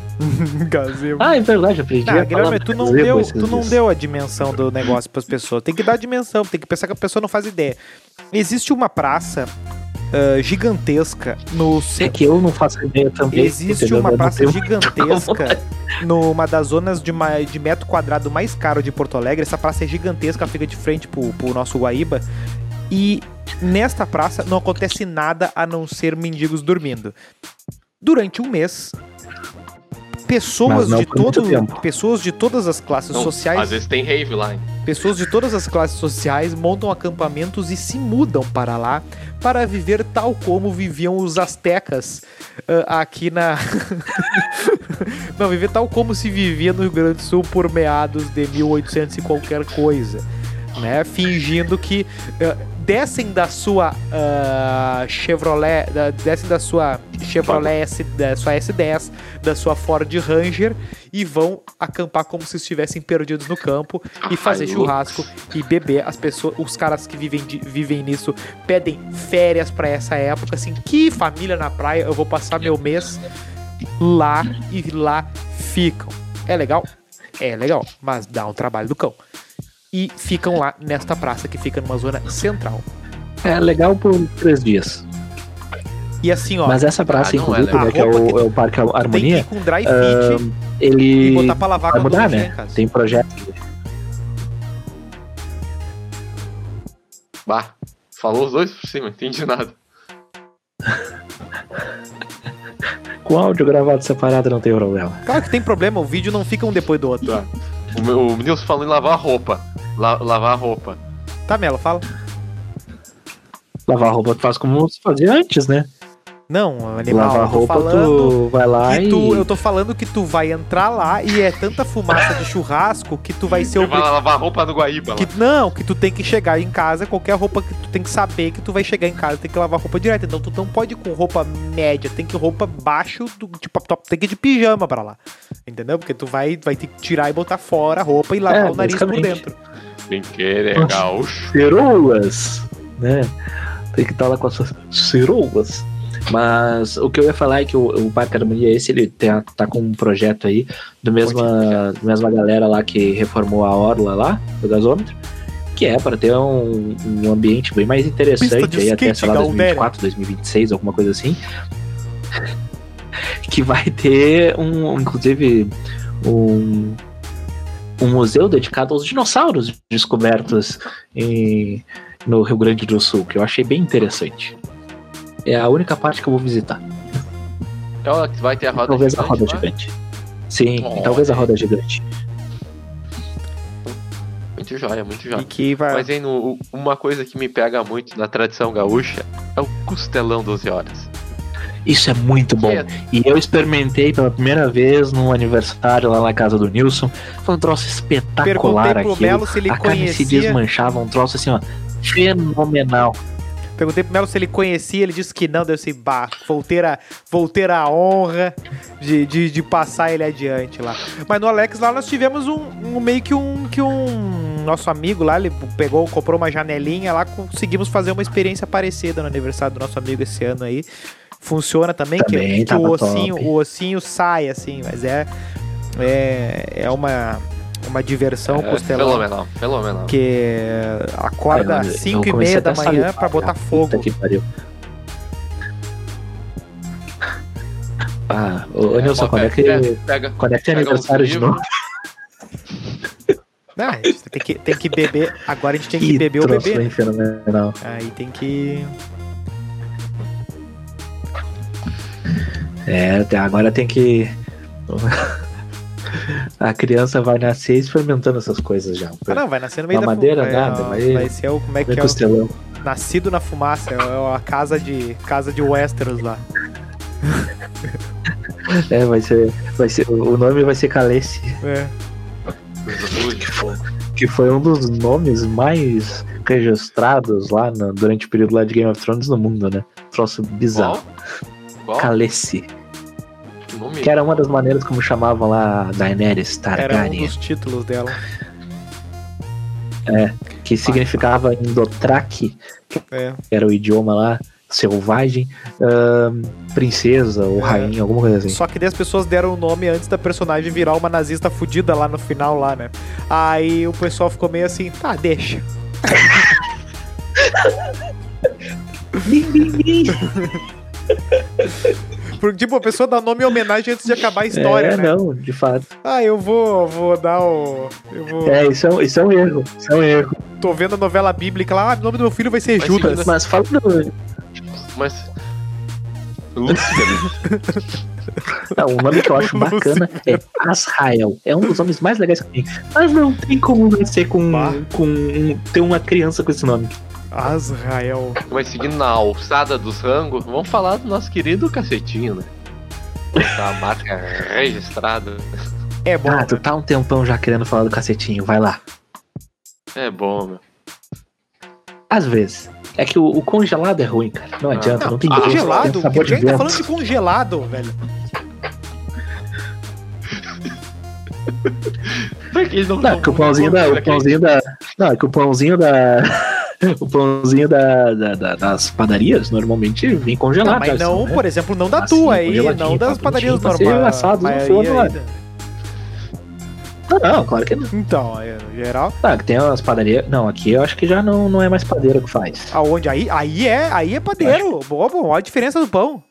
A: Gazebo.
C: Ah, é verdade, eu aprendi.
A: Tá,
C: a
A: Guilherme,
C: palavra
A: tu não,
C: gazebo
A: deu,
C: esses
A: tu não
C: dias.
A: deu a dimensão do negócio pras pessoas. Tem que dar a dimensão, tem que pensar que a pessoa não faz ideia. Existe uma praça ah, gigantesca no
C: É
A: centro.
C: que eu não faço ideia também.
A: Existe
C: entendeu? Eu
A: uma
C: não
A: praça
C: tenho-
A: gigantesca numa das zonas de, ma- de metro quadrado mais caro de Porto Alegre. Essa praça é gigantesca, ela fica de frente pro, pro nosso Guaíba. E nesta praça não acontece nada a não ser mendigos dormindo. Durante um mês, pessoas
C: Mas não
A: de,
C: por muito
A: todo,
C: tempo.
A: pessoas de todas as classes
D: Não,
A: sociais
D: Às vezes tem rave lá. hein?
A: Pessoas de todas as classes sociais montam acampamentos e se mudam para lá para viver tal como viviam os astecas ah, aqui na. Não, viver tal como se vivia no Rio Grande do Sul por meados de 1800 e qualquer coisa. Né? Fingindo que ah, descem da sua ah, Chevrolet, da- descem da sua Chevrolet S, da sua S10, da sua Ford Ranger e vão acampar como se estivessem perdidos no campo e fazer
D: Ai,
A: churrasco e beber. As pessoas, os caras que vivem, de- vivem nisso pedem férias pra essa época, assim, que família na praia, eu vou passar meu mês lá e lá ficam. É legal? É legal, mas dá um trabalho do cão. E ficam lá nesta praça que fica numa zona central.
C: É legal por três dias.
A: E assim, ó,
C: Mas essa
D: Ah,
C: praça,
D: não,
C: inclusive,
A: ela-
C: né, que é
A: a roupa que-
C: o, é o Parque
A: tem que
C: Harmonia,
A: ir com dry fit e
C: ele
A: botar pra lavar
C: vai
A: quando
C: mudar,
A: vier
C: né?
A: em casa.
C: tem projeto.
D: Bah, falou os dois por cima, entendi nada.
C: Com áudio gravado separado não tem problema.
A: Claro que tem problema, o vídeo não fica um depois do outro.
D: Tá. O, meu, o Nilson falou em lavar roupa. La- lavar roupa.
A: Tá, Melo, fala.
C: Lavar a roupa tu faz como se fazia antes, né?
A: Não, animal,
C: Lavar a
A: eu tô
C: roupa
A: falando
C: tu vai lá
A: que
C: e...
A: tu, eu tô falando que tu vai entrar lá e é tanta fumaça de churrasco que tu vai ser
D: Eu vou
A: obrigado.
D: lavar roupa no Guaíba. lá.
A: Que, não, que tu tem que chegar em casa, qualquer roupa que tu tem que saber que tu vai chegar em casa, tem que lavar roupa direto. Então tu não pode ir com roupa média, tem que roupa baixo, do, tipo, tu tem que ir de pijama pra lá. Entendeu? Porque tu vai, vai ter que tirar e botar fora a roupa e lavar
C: É,
A: o nariz por
C: basicamente.
A: dentro.
D: Tem que né, gaúcho.
C: Ceroulas, né? Tem que estar lá com as suas ceroulas. Mas o que eu ia falar é que o, o Parque Harmonia, esse, ele tem a- tá com um projeto aí do mesma, mesma galera lá que reformou a Orla lá, do gasômetro, que é para ter um, um ambiente bem mais
A: Pista
C: interessante
A: de
C: aí até,
A: skate,
C: sei lá,
A: Galdério.
C: 2024, 2026, alguma coisa assim. que vai ter um, inclusive, um um museu dedicado aos dinossauros descobertos em- no Rio Grande do Sul, que eu achei bem interessante. É a única parte que eu vou visitar.
D: É hora que vai ter a roda né?
C: talvez a roda
D: lá?
C: gigante. Sim,
D: Olha.
C: talvez a roda gigante.
D: Muito joia, muito
A: E
D: joia.
A: que vai.
D: Mas, hein, no- uma coisa que me pega muito na tradição gaúcha é o costelão 12 horas.
C: Isso é muito bom.
D: Que é-
C: E eu experimentei pela primeira vez num aniversário lá na casa do Nilson. Foi um troço espetacular
A: Perguntei pro
C: aquilo.
A: Melo se ele
C: A carne se
A: conhecia.
C: desmanchava, um troço assim, ó, fenomenal.
A: Perguntei pro Melo se ele conhecia, ele disse que não, deu esse bah, voltei a, voltei a honra de, de, de passar ele adiante lá. Mas no Alex lá nós tivemos um, um meio que um que um nosso amigo lá, ele pegou, comprou uma janelinha lá, conseguimos fazer uma experiência parecida no aniversário do nosso amigo esse ano aí. Funciona também, que-
C: Também
A: que,
C: tava
A: o ossinho,
C: top.
A: o ossinho sai assim, mas é é, é uma Uma diversão
D: É,
A: costelão.
D: Fenomenal, fenomenal.
A: Que
C: É,
A: acorda às 5 e meia da manhã pra botar fogo.
C: Que pariu. Ah, ô, ô Nilson, quando é que,
D: Pega,
C: quando é que é
D: pega uns
C: aniversário de
D: livros.
C: novo?
A: Não, a gente tem que, tem que beber. Agora a gente tem que,
C: Que
A: beber o
C: troço,
A: bebê. né?
C: hein, fenomenal.
A: Aí tem que.
C: É, até agora tem que. A criança vai nascer experimentando essas coisas já.
A: Ah, não, vai nascer no meio da
C: Mamadeira,
A: fumaça.
C: nada,
A: vai,
C: mas-
A: vai ser o. Como é que
C: Vem
A: é? O,
C: costelão.
A: nascido na fumaça. É a casa de. Casa de Westeros lá.
C: É, vai ser, vai ser. O nome vai ser Calesse,
A: É.
C: que foi um dos nomes mais registrados lá no- durante o período lá de Game of Thrones no mundo, né? Troço bizarro.
D: Qual? Qual?
C: Calesse.
D: Que nome?
C: Que era uma das maneiras como chamavam lá a Daenerys
A: Era um
C: Targaryen,
A: dos títulos dela.
C: que significava em Dothraki,
A: É.
C: que era o idioma lá selvagem, ahn, princesa ou
A: É.
C: rainha, alguma coisa assim.
A: Só que daí as pessoas deram o nome antes da personagem virar uma nazista fudida lá no final, lá, né? Aí o pessoal ficou meio assim, tá, deixa.
C: Bim, bim, bim.
A: Porque, tipo, a pessoa dá nome em homenagem antes de acabar a história,
C: é,
A: né?
C: não, de fato.
A: Ah, eu vou, vou dar o. Eu vou.
C: É, isso é, um- isso é um erro. Isso é um erro.
A: Tô vendo a novela bíblica lá, ah, o nome do meu filho vai ser
D: Vai
A: Judas.
D: seguindo.
C: Mas fala do.
D: Mas. Lúcifer.
C: Não, um nome que eu acho bacana é Azrael. É um dos nomes mais legais que tem. Mas não tem como nascer com,
A: Bah.
C: com um- ter uma criança com esse nome.
A: Azrael.
D: Mas seguindo na alçada dos rangos, vamos falar do nosso querido cacetinho, né? Da marca registrada.
A: É bom.
C: Ah, tu tá um tempão já querendo falar do cacetinho, vai lá.
D: É bom, meu.
C: Às vezes. É que o, o congelado é ruim, cara. Não
D: Ah.
C: adianta, não, tem
D: Ah,
C: gosto,
A: Congelado?
C: tem um sabor de
A: Quem tá
C: vento.
A: falando de congelado, velho?
D: Por que eles não
C: Não, é que o pãozinho da.
A: é
C: O pãozinho da. Não, é que o pãozinho da. O pãozinho da, da- da- das padarias normalmente vem
A: Não,
C: congelado.
A: Tá, mas
C: cara,
A: não,
C: senão é-
A: por exemplo, não da
C: Assim,
A: tua aí,
C: congeladinho,
A: não das
C: tá
A: padarias
C: bonitinho, tá
A: normais.
C: sendo assado no
A: Mas
C: forno,
A: aí-
C: Não, não, claro que não.
A: Então, é, no geral.
C: Ah, que tem umas padarias. Não, aqui eu acho que já não, não é mais padeiro que faz.
A: Aonde? Aí, aí é, aí é padeiro. Bobo, olha a diferença do pão.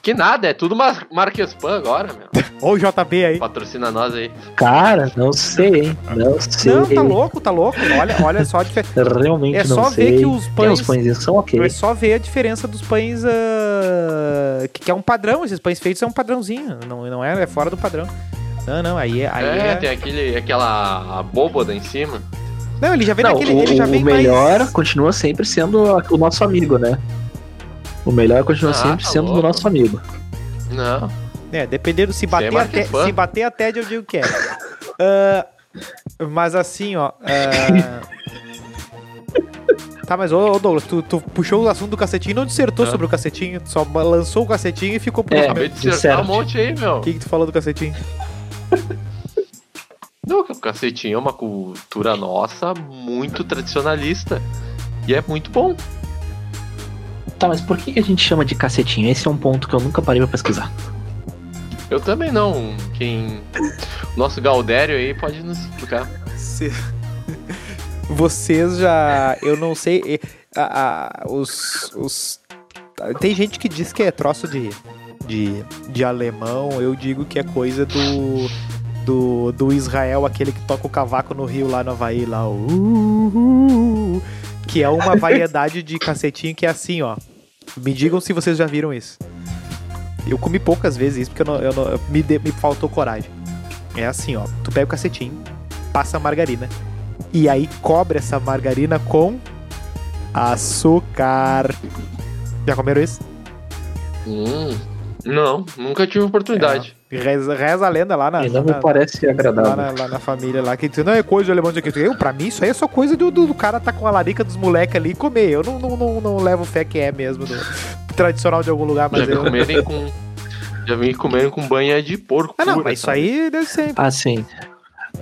D: Que nada, é tudo mar... Marquespan agora, meu.
A: Olha o JB aí.
D: Patrocina nós aí.
C: Cara, não sei, hein? Não sei.
A: Não, tá louco, tá louco. Olha, olha só a diferença.
C: Realmente
A: É
C: não
A: só
C: sei.
A: ver que os
C: Tem
A: pães.
C: uns pãezinhos são ok.
A: É só ver a diferença dos pães. ah, que, que é um padrão. Esses pães feitos é um padrãozinho. Não, não é, é fora do padrão. Não, não, aí é. Aí
D: é,
A: é...
D: tem aquele, aquela abóboda em cima.
A: Não, ele já vem
C: Não,
A: naquele.
C: o,
A: ele já
C: o
A: vem
C: melhor
A: mais.
C: continua sempre sendo a- o nosso amigo, né? O melhor continua
D: Ah,
C: sempre
D: tá
C: sendo do
D: louco.
C: nosso amigo.
D: Não.
A: É, dependendo se bater,
D: Sem
A: até,
D: marquespan.
A: se bater até eu digo que é. Ah, mas assim, ó. ah, tá, mas ô, ô Douglas, tu, tu puxou o assunto do cacetinho e não dissertou
D: Ah.
A: sobre o cacetinho, tu só lançou o cacetinho e ficou por
C: É,
A: isso mesmo.
D: Acabei de acertar
C: disserte.
D: um monte aí, meu.
A: O que, que tu falou do cacetinho?
D: Não, que o cacetinho é uma cultura nossa muito tradicionalista. E é muito bom.
C: Tá, mas por que que a gente chama de cacetinho? Esse é um ponto que eu nunca parei pra pesquisar.
D: Eu também não. Quem. O nosso Gaudério aí pode nos explicar.
A: Se- Vocês já. Eu não sei. eh, a- a- os, os- Tem gente que diz que é troço de, de, de alemão. Eu digo que é coisa do, do. Do Israel, aquele que toca o cavaco no rio lá no Havaí, lá. o uhuhu, que é uma variedade de cacetinho que é assim, ó. Me digam se vocês já viram isso. Eu comi poucas vezes isso porque eu não, eu não- me, de- me faltou coragem. É assim, ó. Tu pega o cacetinho, passa a margarina. E aí cobre essa margarina com açúcar. Já comeram isso?
D: Hum. Não, nunca tive oportunidade.
A: Reza, reza a lenda lá na,
C: Ainda
A: lá
C: me
A: na,
C: parece
A: lá
C: agradável.
A: na- lá na família lá, que diz, não é coisa de alemão, não sei o que. Eu, pra mim, isso aí é só coisa do, do, do cara tá com a larica dos moleques ali e comer. Eu não, não, não, não levo fé que é mesmo do- tradicional de algum lugar,
D: Já
A: É, mas
D: me
A: eu...
D: comerem com. Já me comerem com banha de porco.
A: Ah, não,
D: pura,
A: mas isso
D: sabe?
A: aí deve ser.
C: Ah, sim.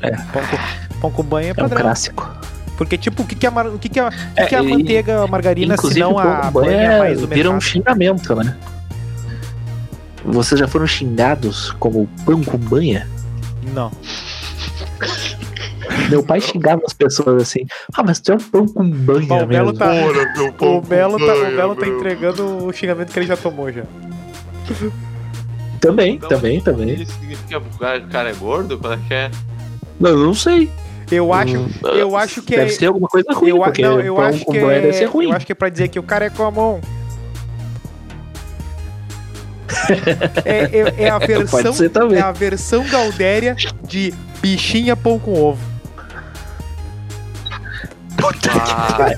A: Pão com, pão com banho é
C: É um
A: padrão.
C: clássico.
A: Porque, tipo, o que, que, é, a mar- o que, que, é, o que, que é a
C: É, e-
A: manteiga, a margarina, se
C: Inclusive,
A: não a
C: o banho
A: banha é mais do
C: vira um
A: mercado?
C: xingamento, né? Vocês já foram xingados como pão com banha?
A: Não.
C: Meu pai xingava as pessoas assim, ah, mas tu é um pão com banha
A: Bom, o Melo
C: mesmo.
A: tá,
B: Ora, meu pão
A: o
B: com
A: Melo tá, o
B: banha,
A: Melo tá
B: meu.
A: entregando o xingamento que ele já tomou já.
C: Também,
B: Então,
C: também, também.
B: Isso significa que o cara- o cara é gordo? Qual é que é?
C: Não, eu não sei.
A: Eu acho,
C: Hum,
A: eu acho que é.
C: Deve ser alguma coisa ruim,
A: eu, a-
C: porque
A: não, eu
C: pão
A: acho
C: com
A: que
C: banha
A: é,
C: deve ser ruim.
A: Eu acho que é pra dizer que o cara é comum. é, é, é a versão
C: Pode ser também.
A: é a versão gaudéria de bichinha pão com ovo.
B: Ah,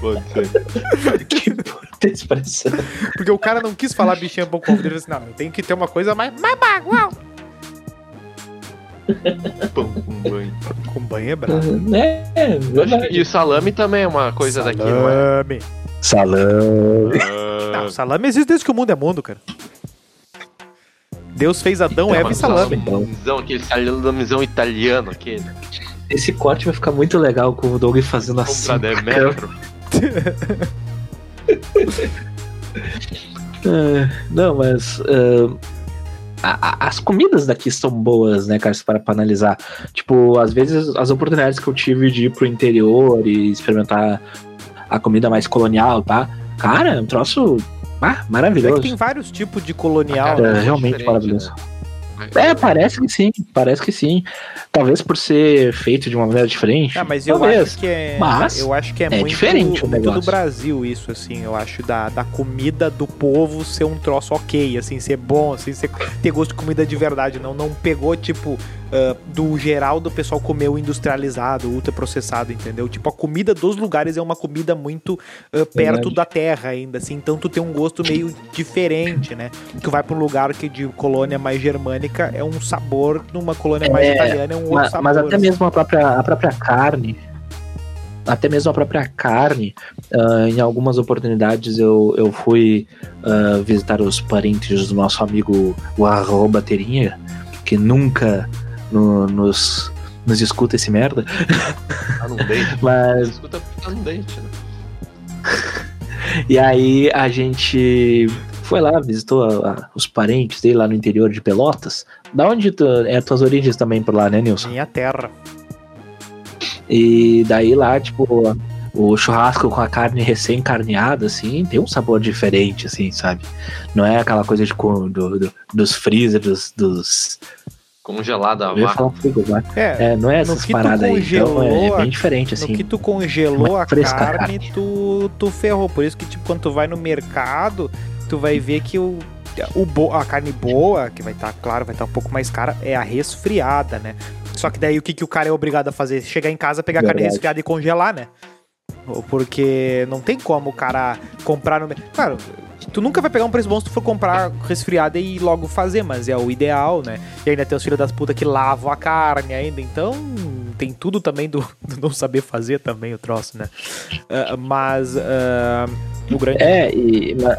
B: pode ser, pode ser.
C: que puta expressão.
A: Porque o cara não quis falar bichinha pão com ovo. Ele disse, não, tem que ter uma coisa mais, mais bagual.
B: Pão com banho.
A: Com banho é brabo.
C: né?
D: Eu
C: É,
D: acho que-
C: verdade.
D: E o salame também é uma coisa daqui, não é?
A: Salame.
C: Salão.
A: Não, salame existe desde que o mundo é mundo, cara. Deus fez Adão,
B: Então,
A: Eva e
B: mas
A: é salame.
D: Salamezão, aquele salamezão italiano, aquele.
C: Esse corte vai ficar muito legal com o Doug fazendo assim.
B: Compra de metro.
C: Ah, não, mas ah, a- a- as comidas daqui são boas, né, cara? Se para pra analisar. Tipo, às vezes as oportunidades que eu tive de ir pro interior e experimentar a comida mais colonial, tá? Cara, é um troço ah,
A: É
C: maravilhoso.
A: que tem vários tipos de colonial. né?
C: É,
D: Cara,
C: realmente
D: diferente,
C: maravilhoso.
D: né?
C: É, parece que sim, parece que sim. Talvez por ser feito de uma maneira diferente.
A: Ah, mas eu
C: Talvez.
A: acho que é.
C: Mas
A: eu acho que é,
C: é
A: muito,
C: diferente o
A: muito do
C: negócio.
A: Brasil isso, assim. Eu acho da, da comida do povo ser um troço ok, assim, ser bom, assim, ser, ter gosto de comida de verdade. Não, não pegou, tipo, ah, do geral do pessoal comer o industrializado, ultraprocessado, entendeu? Tipo, a comida dos lugares é uma comida muito ah, perto
C: Verdade.
A: da terra ainda, assim. Então tu tem um gosto meio diferente, né? Tu vai pra um lugar que de colônia mais germânica é um sabor, numa colônia mais
C: É,
A: italiana é um outro
C: Ma-
A: sabor.
C: mas até
A: assim.
C: mesmo a própria, a própria carne, até mesmo a própria carne, ah, em algumas oportunidades eu, eu fui ah, visitar os parentes do nosso amigo o arroba Terinha, que nunca no- nos, nos escuta esse merda,
D: Tá num dente.
C: mas
D: Escuta porque tá num dente, né?
C: E aí a gente foi lá, visitou a- a- os parentes dele lá no interior de Pelotas. Da onde tu, é tuas origens também por lá, né, Nilson?
A: Minha assim, terra.
C: E daí lá, tipo, o churrasco com a carne recém-carneada, assim, tem um sabor diferente, assim, sabe? Não é aquela coisa de, co- do- do- dos freezer, dos. dos
D: Congelada a
C: eu ia
D: vaca.
C: falar frigo, mas-
A: É,
C: é, não é
A: No
C: essas
A: que tu
C: paradas aí. Então é,
A: congelou a-
C: bem diferente, assim.
A: No que tu congelou
C: Uma
A: a
C: fresca
A: carne,
C: carne.
A: Tu, tu ferrou. Por isso que, tipo, quando tu vai no mercado, tu vai ver que o, o bo- a carne boa, que vai estar, claro, vai estar um pouco mais cara, é a resfriada, né? Só que daí o que, que o cara é obrigado a fazer? Chegar em casa, pegar a carne
C: Verdade.
A: resfriada e congelar, né? Porque não tem como o cara comprar no. mer- Claro, tu nunca vai pegar um preço bom se tu for comprar resfriada e logo fazer, mas é o ideal, né? E ainda tem os filhos das putas que lavam a carne ainda, então tem tudo também do, do não saber fazer também o troço, né? Ah, mas ah, o grande.
C: É, e, ma-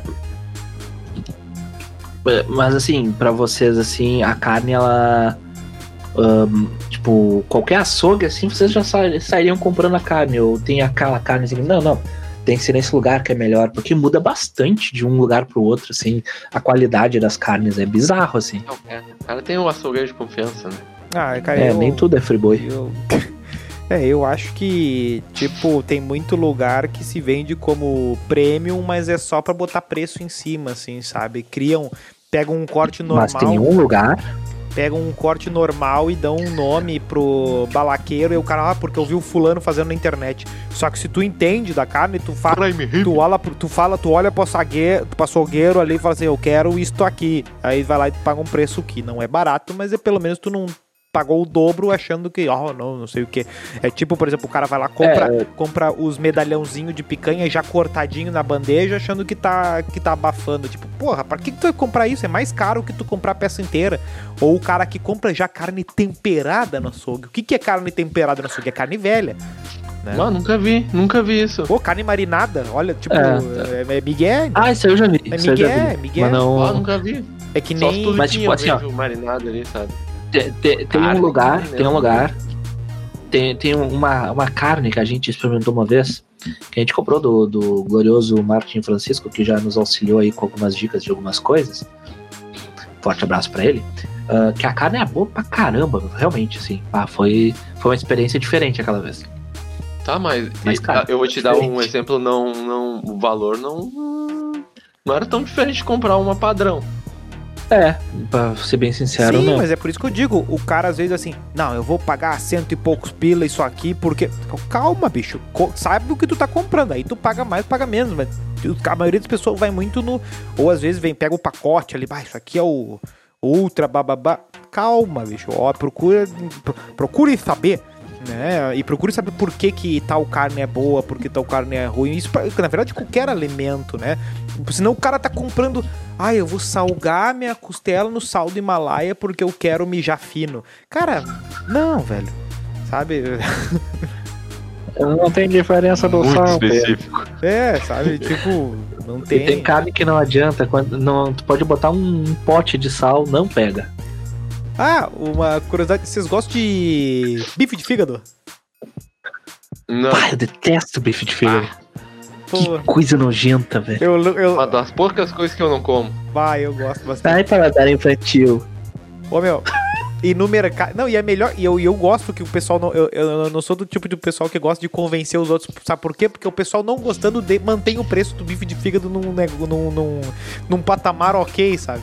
C: mas, assim, pra vocês, assim, a carne, ela. ahn, tipo, qualquer açougue, assim, vocês já sa- sairiam comprando a carne, ou tem aquela carne assim, não, não. Tem que ser nesse lugar que é melhor, porque muda bastante de um lugar pro outro, assim. A qualidade das carnes é bizarro, assim.
D: Não, cara. O cara tem um açougueiro de confiança, né?
A: Ah, cara,
C: É,
A: eu-
C: nem tudo é friboi.
A: Eu... É, eu acho que, tipo, tem muito lugar que se vende como premium, mas é só pra botar preço em cima, assim, sabe? Criam, pegam um corte normal,
C: Mas tem um lugar.
A: pegam um corte normal e dão um nome pro balaqueiro e o cara, ah, porque eu vi o fulano fazendo na internet. Só que se tu entende da carne, tu fala,
B: Prime Rib.
A: tu olha, pro- tu fala, tu olha pro açougueiro, pro açougueiro ali e fala assim, eu quero isto aqui. Aí vai lá e tu paga um preço que não é barato, mas é pelo menos tu não pagou o dobro achando que, ó, não, não sei o que. É tipo, por exemplo, o cara vai lá, compra, compra os medalhãozinhos de picanha já cortadinho na bandeja, achando que tá, que tá abafando. Tipo, porra, pra que, que tu vai comprar isso? É mais caro que tu comprar a peça inteira. Ou o cara que compra já carne temperada no açougue. O que, que é carne temperada no açougue? É carne velha. É.
D: Mano, Ah, nunca vi, nunca vi isso.
A: Pô, carne marinada, olha, tipo,
C: É,
A: é, é Miguel,
C: Ah, isso aí eu já vi.
A: É
C: isso aí eu já
A: Miguel,
C: vi.
A: Miguel.
C: Mas
D: Ah,
C: não.
D: nunca vi.
A: É que
D: Só se
A: nem.
D: tu
C: Mas, tipo, assim, ó.
D: marinado ali, sabe?
C: Te- te- tem
D: Carne,
C: um lugar,
D: né?
C: tem um lugar. Tem, tem um, uma, uma carne que a gente experimentou uma vez, que a gente comprou do, do glorioso Martin Francisco, que já nos auxiliou aí com algumas dicas de algumas coisas. Forte abraço pra ele. Uh, que a carne é boa pra caramba, realmente, assim. Ah, foi, foi uma experiência diferente aquela vez.
D: Tá, mas, mas cara, eu vou te diferente. dar um exemplo, não, não, o valor não, não era tão diferente de comprar uma padrão.
C: É, pra ser bem sincero, né?
A: Sim,
C: não.
A: mas é por isso que eu digo, o cara às vezes assim, não, eu vou pagar cento e poucos pila isso aqui, porque. Calma, bicho, sabe o que tu tá comprando, aí tu paga mais, paga menos, mas a maioria das pessoas vai muito no. Ou às vezes vem, pega o pacote ali, ah, isso aqui é o ultra bababá. Calma, bicho, ó, procura, procure saber né? E procure saber por que, que tal carne é boa, por que tal carne é ruim. Isso, pra, na verdade, qualquer alimento, né? Senão o cara tá comprando. Ah, eu vou salgar minha costela no sal do Himalaia porque eu quero mijar fino. Cara, não, velho. Sabe?
C: Não tem diferença do
B: Muito
C: sal.
B: específico.
A: É, sabe? Tipo, não tem.
C: E tem carne que não adianta. Quando, não, tu pode botar um pote de sal, não pega.
A: Ah, uma curiosidade, vocês gostam de bife de fígado?
B: Tá.
D: Não.
C: Pá, eu detesto bife de fígado.
A: Pô,
C: Que coisa nojenta, velho.
A: eu, eu,
D: Uma das poucas coisas que eu não como.
A: vai, eu gosto bastante.
C: Sai para dar infantil.
A: Ô meu, e no mercado. Não, e é melhor. E eu, e eu gosto que o pessoal. Não, eu, eu eu não sou do tipo de pessoal que gosta de convencer os outros. Sabe por quê? Porque o pessoal não gostando de, mantém o preço do bife de fígado num, nego- num, num, num patamar ok, sabe?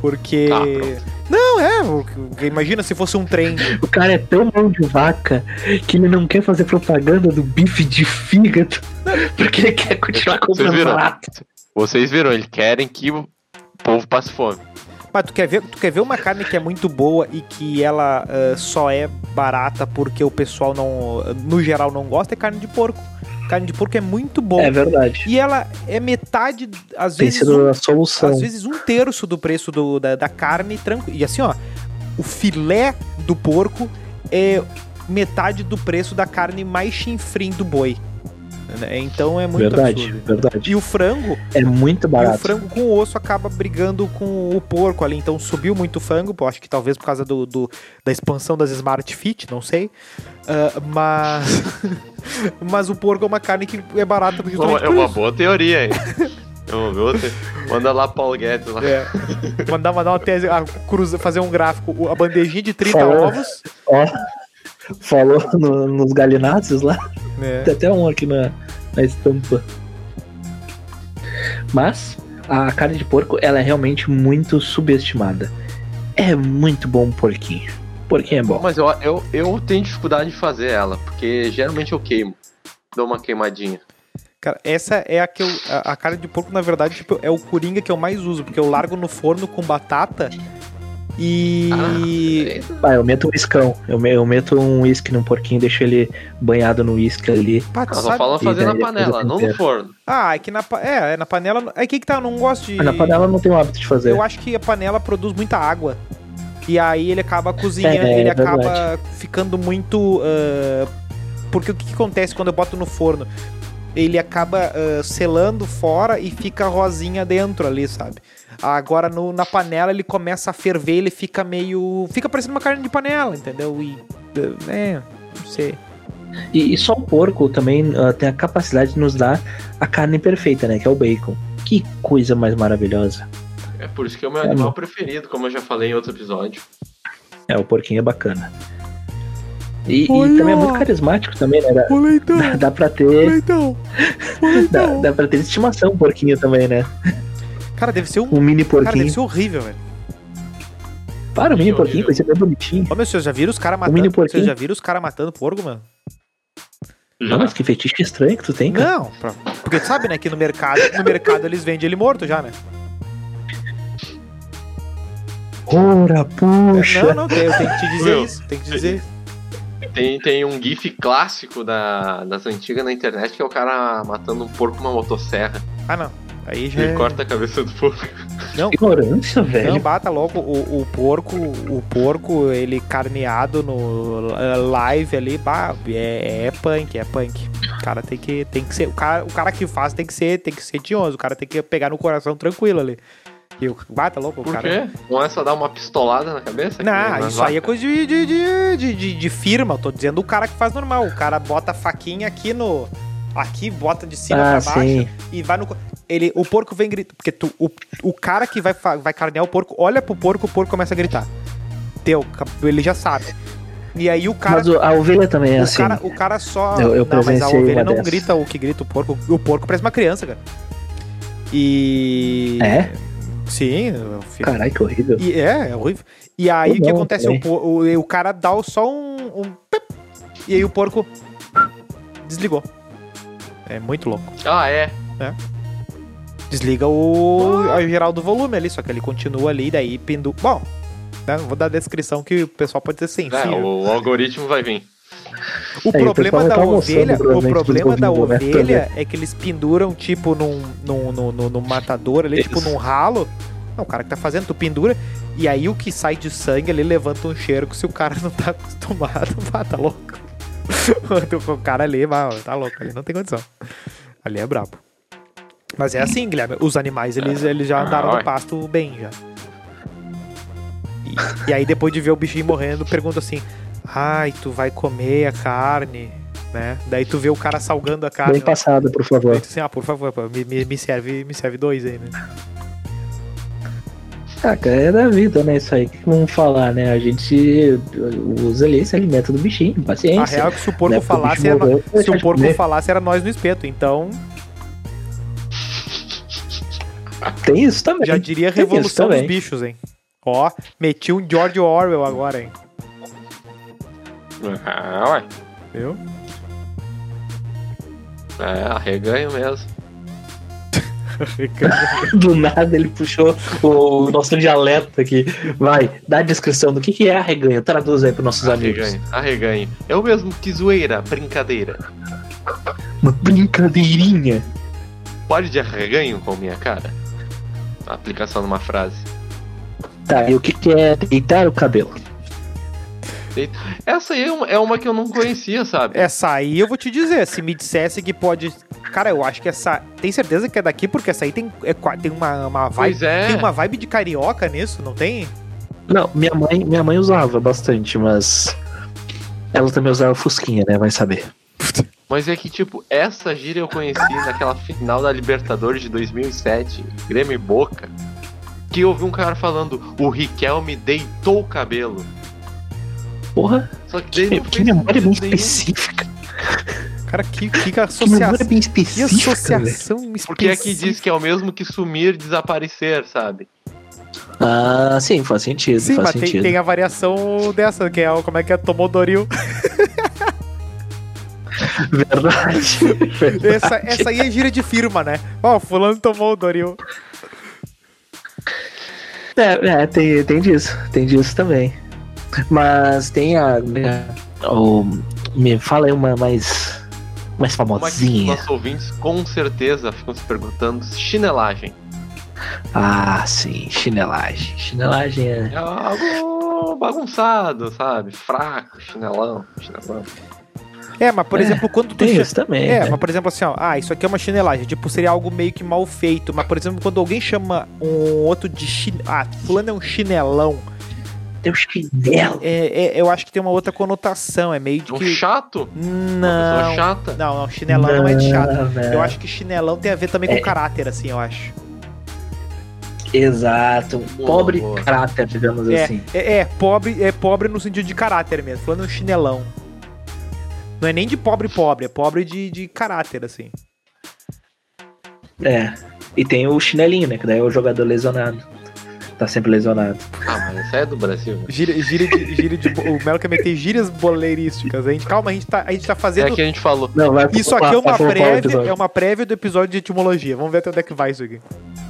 A: Porque.
D: Ah, pronto.
A: não, é. porque Imagina se fosse um trem.
C: O cara é tão mão de vaca que ele não quer fazer propaganda do bife de fígado porque ele quer continuar
B: Vocês
C: comprando
B: viram?
C: barato.
B: Vocês viram, eles querem que o povo passe fome.
A: Mas tu quer ver, tu quer ver uma carne que é muito boa e que ela ah, só é barata porque o pessoal não, no geral não gosta é carne de porco. Carne de porco é muito boa.
C: É verdade.
A: e ela é metade, às
C: Tem
A: vezes,
C: sido
A: um,
C: a solução.
A: às vezes um terço do preço do, da, da carne tranquilo. E assim, ó, o filé do porco é metade do preço da carne mais chinfrim do boi. né? Então é muito
C: verdade,
A: absurdo.
C: verdade.
A: E o frango,
C: É muito
A: e o
C: barato.
A: frango com osso acaba brigando com o porco ali, então subiu muito o frango, pô, acho que talvez por causa do, do- da expansão das Smart Fit, não sei. Ah, mas. mas o porco é uma carne que é barata porque
B: é uma boa teoria, hein? É uma boa te- Manda lá Paulo Guedes lá.
A: Mandar, mandar uma tese, a cruza, fazer um gráfico, o- a bandejinha de 30
C: Falou.
A: ovos.
C: Ó, falou no- nos galináceos lá.
A: né?
C: Tem até um aqui na, na estampa. Mas a carne de porco, ela é realmente muito subestimada. É muito bom um porquinho. Porquinho é bom.
D: Mas eu, eu, eu tenho dificuldade de fazer ela, porque geralmente eu queimo. Dou uma queimadinha.
A: Cara, essa é a que eu. A, a carne de porco, na verdade, tipo, é o coringa que eu mais uso, porque eu largo no forno com batata e.
C: Ah, eu meto um iscão. Eu, me- eu meto um uísque num porquinho, deixo ele banhado no uísque ali.
A: Pá, tu
D: Ela só
A: sabe-
D: fala fazer
C: E
D: na
C: daí depois
D: panela,
C: eu
D: não no
C: tempero.
D: forno.
A: Ah, é que na, pa- é, é, na panela. É que que tá, eu não gosto de.
C: Ah, Na panela eu não tenho hábito de fazer.
A: Eu acho que a panela produz muita água. E aí ele acaba cozinhando,
C: É, é
A: ele acaba
C: verdade.
A: ficando muito. ah, porque o que, que acontece quando eu boto no forno? Ele acaba ah, selando fora e fica rosinha dentro ali, sabe? Agora no- na panela ele começa a ferver, ele fica meio. Fica parecendo uma carne de panela, entendeu? E. ah, é, não sei.
C: E, e só o porco também ah, tem a capacidade de nos dar a carne perfeita, né? Que é o bacon. Que coisa mais maravilhosa.
D: É por isso que é o meu
C: É,
D: animal
C: mano.
D: preferido, como eu já falei em outro episódio.
C: É, o porquinho é bacana. E, e
A: Olha!
C: também é muito carismático também, né? Dá,
A: Ô, leitão!
C: dá- dá pra ter.
A: Leitão!
C: Dá, dá pra ter estimação um porquinho também, né?
A: Cara, deve ser um.
C: Um mini
A: Cara, deve
C: porquinho.
A: ser um horrível, velho.
C: Para, o mini
D: Que
C: porquinho,
D: horrível.
C: coisa bem bonitinho.
A: Ô, meu, vocês já viram os caras
C: mini
A: matando. Vocês
C: porquinho.
A: já viram os caras matando porco, mano?
C: Não, mas que fetiche estranho que tu tem, cara.
A: Não, pra- porque tu sabe, né, que no mercado, no mercado eles vendem ele morto já, né?
C: Ora,
A: É, Não,
C: puxa!
A: não, tem- eu tenho que te dizer
B: Meu.
A: isso, tem que te dizer isso.
D: Tem, tem um gif clássico da, das antigas na internet que é o cara matando um porco com uma motosserra.
A: Ah, não. Aí já
D: Ele
A: é...
D: corta a cabeça do porco.
C: Ignorância,
A: Não,
C: velho.
A: bata logo o, o porco, o porco, ele carneado no eh, live ali, bah, é, é punk, é punk. O cara tem que, tem que ser, o cara, o cara que faz tem que ser, tem que ser tinhoso, o cara tem que pegar no coração tranquilo ali. E o bata louco, o
D: Por
A: cara...
D: quê? Não é só dar uma pistolada na cabeça? Que nem
A: Não,
D: nas
A: isso aí é
D: vacas?
A: coisa de, de, de, de, de- de firma. Eu tô dizendo o cara que faz normal. O cara bota a faquinha aqui no, Aqui bota de cima ah, pra baixo sim. e vai no. Ele, o porco vem gritar. Porque tu, o, o cara que vai, vai carnear o porco olha pro porco, o porco começa a gritar. Teu, ele já sabe. E aí o cara.
C: Mas a ovelha também é
A: o
C: assim.
A: Cara, o cara só.
C: Eu, eu
A: não, mas a ovelha não
C: dessas.
A: grita o que grita o porco. O porco parece uma criança, cara. E.
C: É?
A: Sim, filho.
C: Caralho, que horrível.
A: E é, é horrível. E aí
C: Eu
A: o que
C: não,
A: acontece? O,
C: também.
A: po- o, o cara dá o- só um, um pip, E aí o porco desligou. É muito louco.
D: Ah, é.
A: Desliga o, o geral do volume ali, só que ele continua ali, daí pendu. Bom, né, vou dar a descrição que o pessoal pode dizer sem
D: É,
A: fio.
B: O algoritmo vai vir.
A: O
C: É, e o
A: problema
C: pessoal
A: da
C: tá almoçando,
A: ovelha, o
C: provavelmente,
A: problema da
C: ouvindo, né,
A: ovelha é que eles penduram tipo num, num, num, num- num matador ali, tipo
D: Isso.
A: num ralo. Não, o cara que tá fazendo, tu pendura, e aí o que sai de sangue ali levanta um cheiro que se o cara não tá acostumado, pá, tá louco. o cara ali, bah, tá louco, ali não tem condição. Ali é brabo. Mas é assim, Guilherme, os animais eles, eles já
B: Ah,
A: andaram
B: ué.
A: no pasto bem já. E, e aí depois de ver o bichinho morrendo, pergunta assim: Ai, tu vai comer a carne, né? Daí tu vê o cara salgando a carne.
C: Bem
A: lá.
C: passada, por
A: Daí
C: favor.
A: tu assim, ah, por favor, pô, me, me, me serve, me serve dois aí, né?
C: Ah, cara, é da vida, né? Isso aí que vamos falar, né? A gente usa ali, se alimenta do bichinho,
A: A
C: paciência. Né,
A: real é que se o porco falasse, era, se o porco falasse, era nós no espeto. Então,
C: Tem isso também.
A: já diria
C: É, Tem isso
A: Revolução dos
C: também.
A: Bichos, hein? Ó, meti um George Orwell agora, hein?
B: Ah, ué.
A: Viu?
D: É, arreganho mesmo. Tá
C: Do nada ele puxou o nosso dialeto aqui. Vai, dá a descrição do que, que é arreganho. Traduz aí pros nossos
A: Tá
C: amigos.
D: Arreganho, arreganho. É o mesmo que zoeira, brincadeira.
C: Uma brincadeirinha.
D: Pode de arreganho com minha cara? A aplicação numa frase.
C: Tá, e o que, que é deitar o cabelo?
D: Essa aí é uma- é uma que eu não conhecia, sabe?
A: Essa aí eu vou te dizer, se me dissesse que pode. Cara, eu acho que essa. Tem certeza que é daqui, porque essa aí tem, é qua- tem uma, uma vibe.
D: Pois é.
A: Tem uma vibe de carioca nisso, não tem?
C: Não, minha mãe, minha mãe usava bastante, mas. Ela também usava fusquinha, né? Vai saber.
D: Mas é que, tipo, essa gíria eu conheci naquela final da Libertadores de 2007, Grêmio e Boca, que eu ouvi um cara falando, o Riquelme deitou o cabelo.
C: Porra,
D: Só que daí
C: que,
D: não
C: que
D: fez
C: memória bem
D: sentido nenhum,
C: específica.
A: Cara, que, que
C: Que memória
A: associação.
C: bem
A: Que
C: específica. né? velho.
A: associação específica.
D: Porque aqui diz que é o mesmo que sumir, desaparecer, sabe?
C: Ah, sim, faz sentido,
A: Sim,
C: faz
A: mas tem,
C: sentido.
A: tem a variação dessa, que é o- como é que é Tomodoril.
C: Verdade. verdade.
A: Essa, essa aí é gira de firma, né? Ó, fulano tomou o Doril.
C: É, é, tem, tem disso, tem disso também. Mas tem a. né, o- me fala aí uma mais. mais
D: Uma é que os
C: famosinha.
D: nossos ouvintes com certeza ficam se perguntando, chinelagem.
C: Ah, sim, chinelagem. Chinelagem é.
D: É algo bagunçado, sabe? Fraco, chinelão, chinelão.
A: É, mas por
C: É,
A: exemplo, quando tu,
C: Tem
A: cha-
C: isso também.
A: É,
C: né?
A: mas por exemplo assim, ó, ah, isso aqui é uma chinelagem, tipo, seria algo meio que mal feito, mas por exemplo, quando alguém chama um outro de chin... ah, fulano é um chinelão,
C: Tem o chinelo.
A: é, é- eu acho que tem uma outra conotação, é meio de
D: Um
A: que...
D: chato? Uma pessoa
A: Não,
D: chata?
A: não, não, chinelão não é de chato.
C: velho.
A: Eu acho que chinelão tem a ver também com
C: É.
A: caráter, assim, eu acho.
C: Exato. Um
D: Boa,
C: pobre
D: boa.
C: caráter, digamos assim.
A: É, é, pobre, é pobre no sentido de caráter mesmo, falando um chinelão. Não é nem de pobre pobre, é pobre de, de caráter, assim.
C: É. E tem o chinelinho, né? Que daí é o jogador lesionado. Tá sempre lesionado.
D: Ah, mas essa é do Brasil. né?
A: Gíria, gíria de, gíria de. bo- O Melo quer meter gírias boleirísticas. A gente, calma, a gente tá, a gente tá fazendo
D: É que a gente falou.
C: Não, vai
A: Isso aqui é
C: vai
A: uma,
C: flopar o
A: prévia,
C: episódio.
A: é uma prévia do episódio de etimologia. Vamos ver até onde é que vai isso aqui.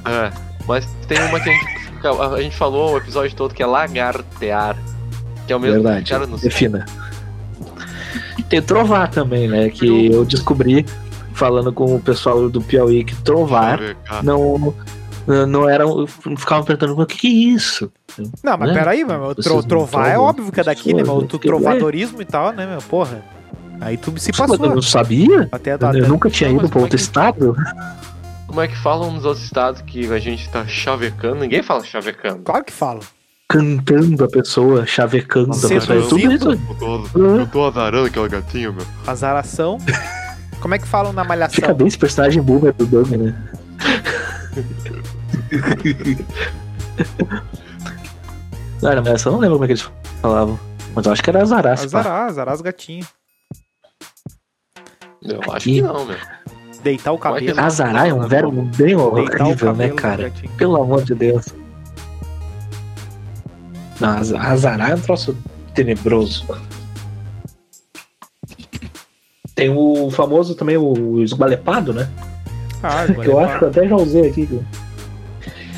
D: É, mas tem uma que a gente, a gente falou o episódio todo que é lagartear. Que é o mesmo
C: Verdade.
D: que o cara no
C: Defina. Tem trovar também, né? Que eu descobri falando com o pessoal do Piauí que trovar não, não era. Ficavam perguntando, "Mas o que, que é isso?
A: Não, mas
C: Né?
A: peraí, meu.
C: Vocês não
A: Tro, trovar é
C: trovam
A: óbvio que é daqui, né, meu?
C: pessoas,
A: Tu
C: porque-
A: trovadorismo e tal, né, meu? Porra. Aí tu se
C: Eu
A: passou.
C: não sabia?
A: Até, até,
C: Eu nunca tinha
D: Não, mas
C: ido pra
D: como é
C: outro
D: que-
C: estado?
D: Como é que falam nos outros estados que a gente tá chavecando? Ninguém fala chavecando.
A: Claro que falo.
C: Cantando a pessoa, chavecando a
A: Seduzindo.
C: pessoa. Tudo isso.
B: Eu tô,
C: Hum.
B: eu tô azarando aquele gatinho, meu.
A: Azaração. Como é que falam na malhação?
C: Fica bem esse personagem boomer do Doug, né? não, na malhação eu não lembro como é que eles falavam. Mas eu acho que era Azarás.
A: Azarás, azarás gatinho.
D: Eu acho
C: Ih.
D: que não, meu.
A: Deitar o
D: Como é que
A: cabelo.
D: tá?
C: Azará é um verbo bem
A: Deitar o
C: horrível,
A: cabelo
C: né,
A: do
C: cara?
A: gatinho.
C: Pelo amor de Deus. Não, az- azarar é um troço tenebroso. Tem o famoso também, o esbalepado, né?
A: Ah,
C: Que eu acho que eu até já usei aqui. que-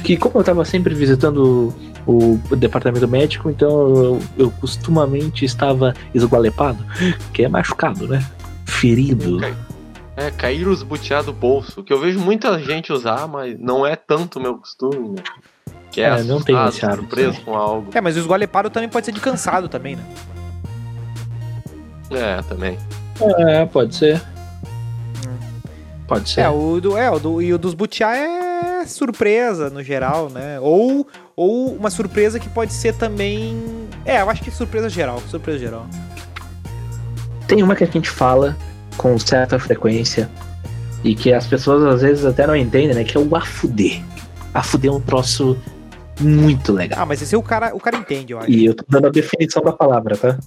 C: Que como eu tava sempre visitando o o departamento médico, então eu, eu costumamente estava esgualepado, que é machucado, né? Ferido.
D: Cai- É, cair os butiá do bolso, que eu vejo muita gente usar, mas não é tanto meu costume, né? Que é,
C: É,
D: assustado,
C: não tenho esse hábito,
D: surpreso com algo.
A: É, mas o esgolepado também pode ser de cansado também, né?
D: É, também.
C: É, pode ser. Pode ser.
A: É, o do, é, o do, e o dos butiá é surpresa no geral, né? Ou, ou uma surpresa que pode ser também. É, eu acho que surpresa geral, surpresa geral.
C: Tem uma que a gente fala com certa frequência e que as pessoas às vezes até não entendem, né? Que é o afudê. Afudê é um troço muito legal.
A: Ah, mas esse é o cara, o cara entende, eu acho.
C: E eu tô dando a definição da palavra, tá?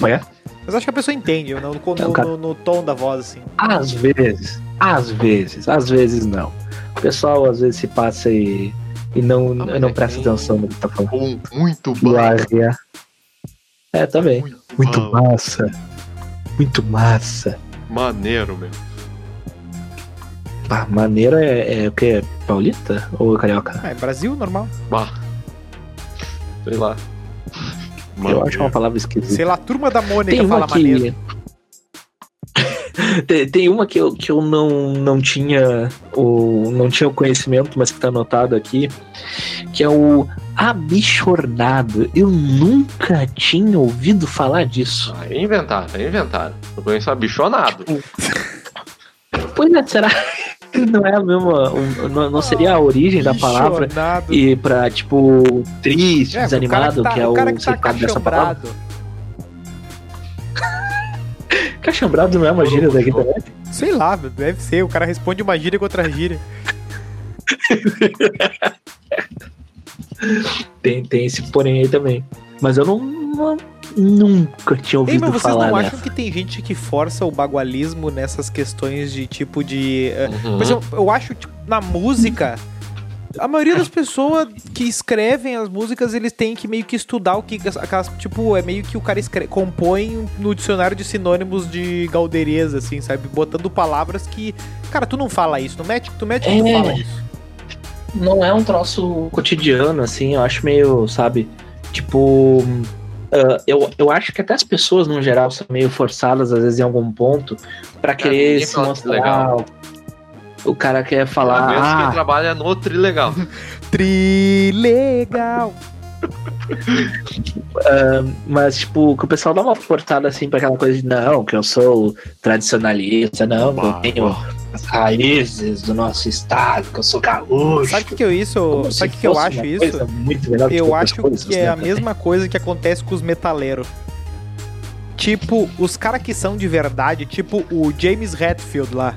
C: Ué?
A: Mas acho que a pessoa entende, no, no,
C: Não, Então, cara.
A: no, no tom da voz, assim.
C: Às vezes, às vezes, às vezes não. O pessoal às vezes se passa e, e não,
D: Ah, mas
C: não
D: é
C: presta
D: que-
C: atenção no que tá falando.
D: Bom, muito bom.
C: Lária. É, também.
D: Muito,
C: Muito
D: bom.
C: massa. Muito massa.
D: Maneiro, meu.
C: Pá, maneiro é, é o que? Paulista ou carioca?
A: Ah, é Brasil, normal.
D: Bah. Sei lá.
C: Eu acho é
D: é.
C: uma palavra esquisita.
A: Sei lá, a turma da Mônica
C: Tem
A: fala
C: uma
A: maneiro.
C: que. tem, tem uma que eu, que eu não, não tinha o não tinha o conhecimento, mas que tá anotado aqui, que é o abichornado. Eu nunca tinha ouvido falar disso.
D: Ah, inventaram, inventaram. Eu conheço um abichonado.
C: Uhum. Pois é, será que não é a mesma. o- Não, não seria a origem da palavra?
A: Bichonado.
C: E pra, tipo, triste,
A: É, o cara
C: desanimado, que,
A: tá-
C: é o,
A: o cara que tá
C: significado dessa palavra.
A: cachombrado.
C: Cachambrado não é uma gíria daqui também?
A: Sei lá, deve ser. O cara responde uma gíria com outra gíria.
C: Tem, tem esse porém aí também. Mas eu não, não- nunca tinha
A: Ei,
C: ouvido
A: mas vocês
C: falar né?
A: não
C: dessa.
A: acham que tem gente que força o bagualismo nessas questões de tipo de. eh,
D: Uhum.
A: Por exemplo, eu acho tipo, na música. A maioria das pessoas que escrevem as músicas, eles têm que meio que estudar o que as- aquelas, tipo, é meio que o cara escre- compõe no dicionário de sinônimos de galdeireza, assim, sabe? Botando palavras que, cara, tu não fala isso, tu mete, tu mete que tu
C: É.
A: fala isso.
C: Não é um troço cotidiano, assim, eu acho meio, sabe? Tipo. hum, ah, eu, eu acho que até as pessoas, no geral, são meio forçadas, às vezes, em algum ponto,
A: É,
C: pra querer
D: ninguém
C: se
D: fala que
C: mostrar.
D: legal.
C: O cara quer
A: É,
D: Pelo menos
C: falar.
D: quem
C: "Ah,
D: trabalha no Trilegal.
A: Trilegal.
C: Mas, tipo, que o pessoal dá uma forçada assim pra aquela coisa de não, que eu sou tradicionalista, não, que eu
D: Bah,
C: tenho as raízes do nosso estado, que eu sou gaúcho.
A: Sabe o que, que eu isso?
C: Como se
A: Sabe o que, que eu
C: fosse
A: acho
C: uma
A: isso?
C: coisa Muito melhor
A: Eu
C: outras
A: acho
C: coisas,
A: que
C: né,
A: é a
C: também.
A: mesma coisa que acontece com os metaleros. Tipo, os caras que são de verdade, tipo o James Hetfield lá,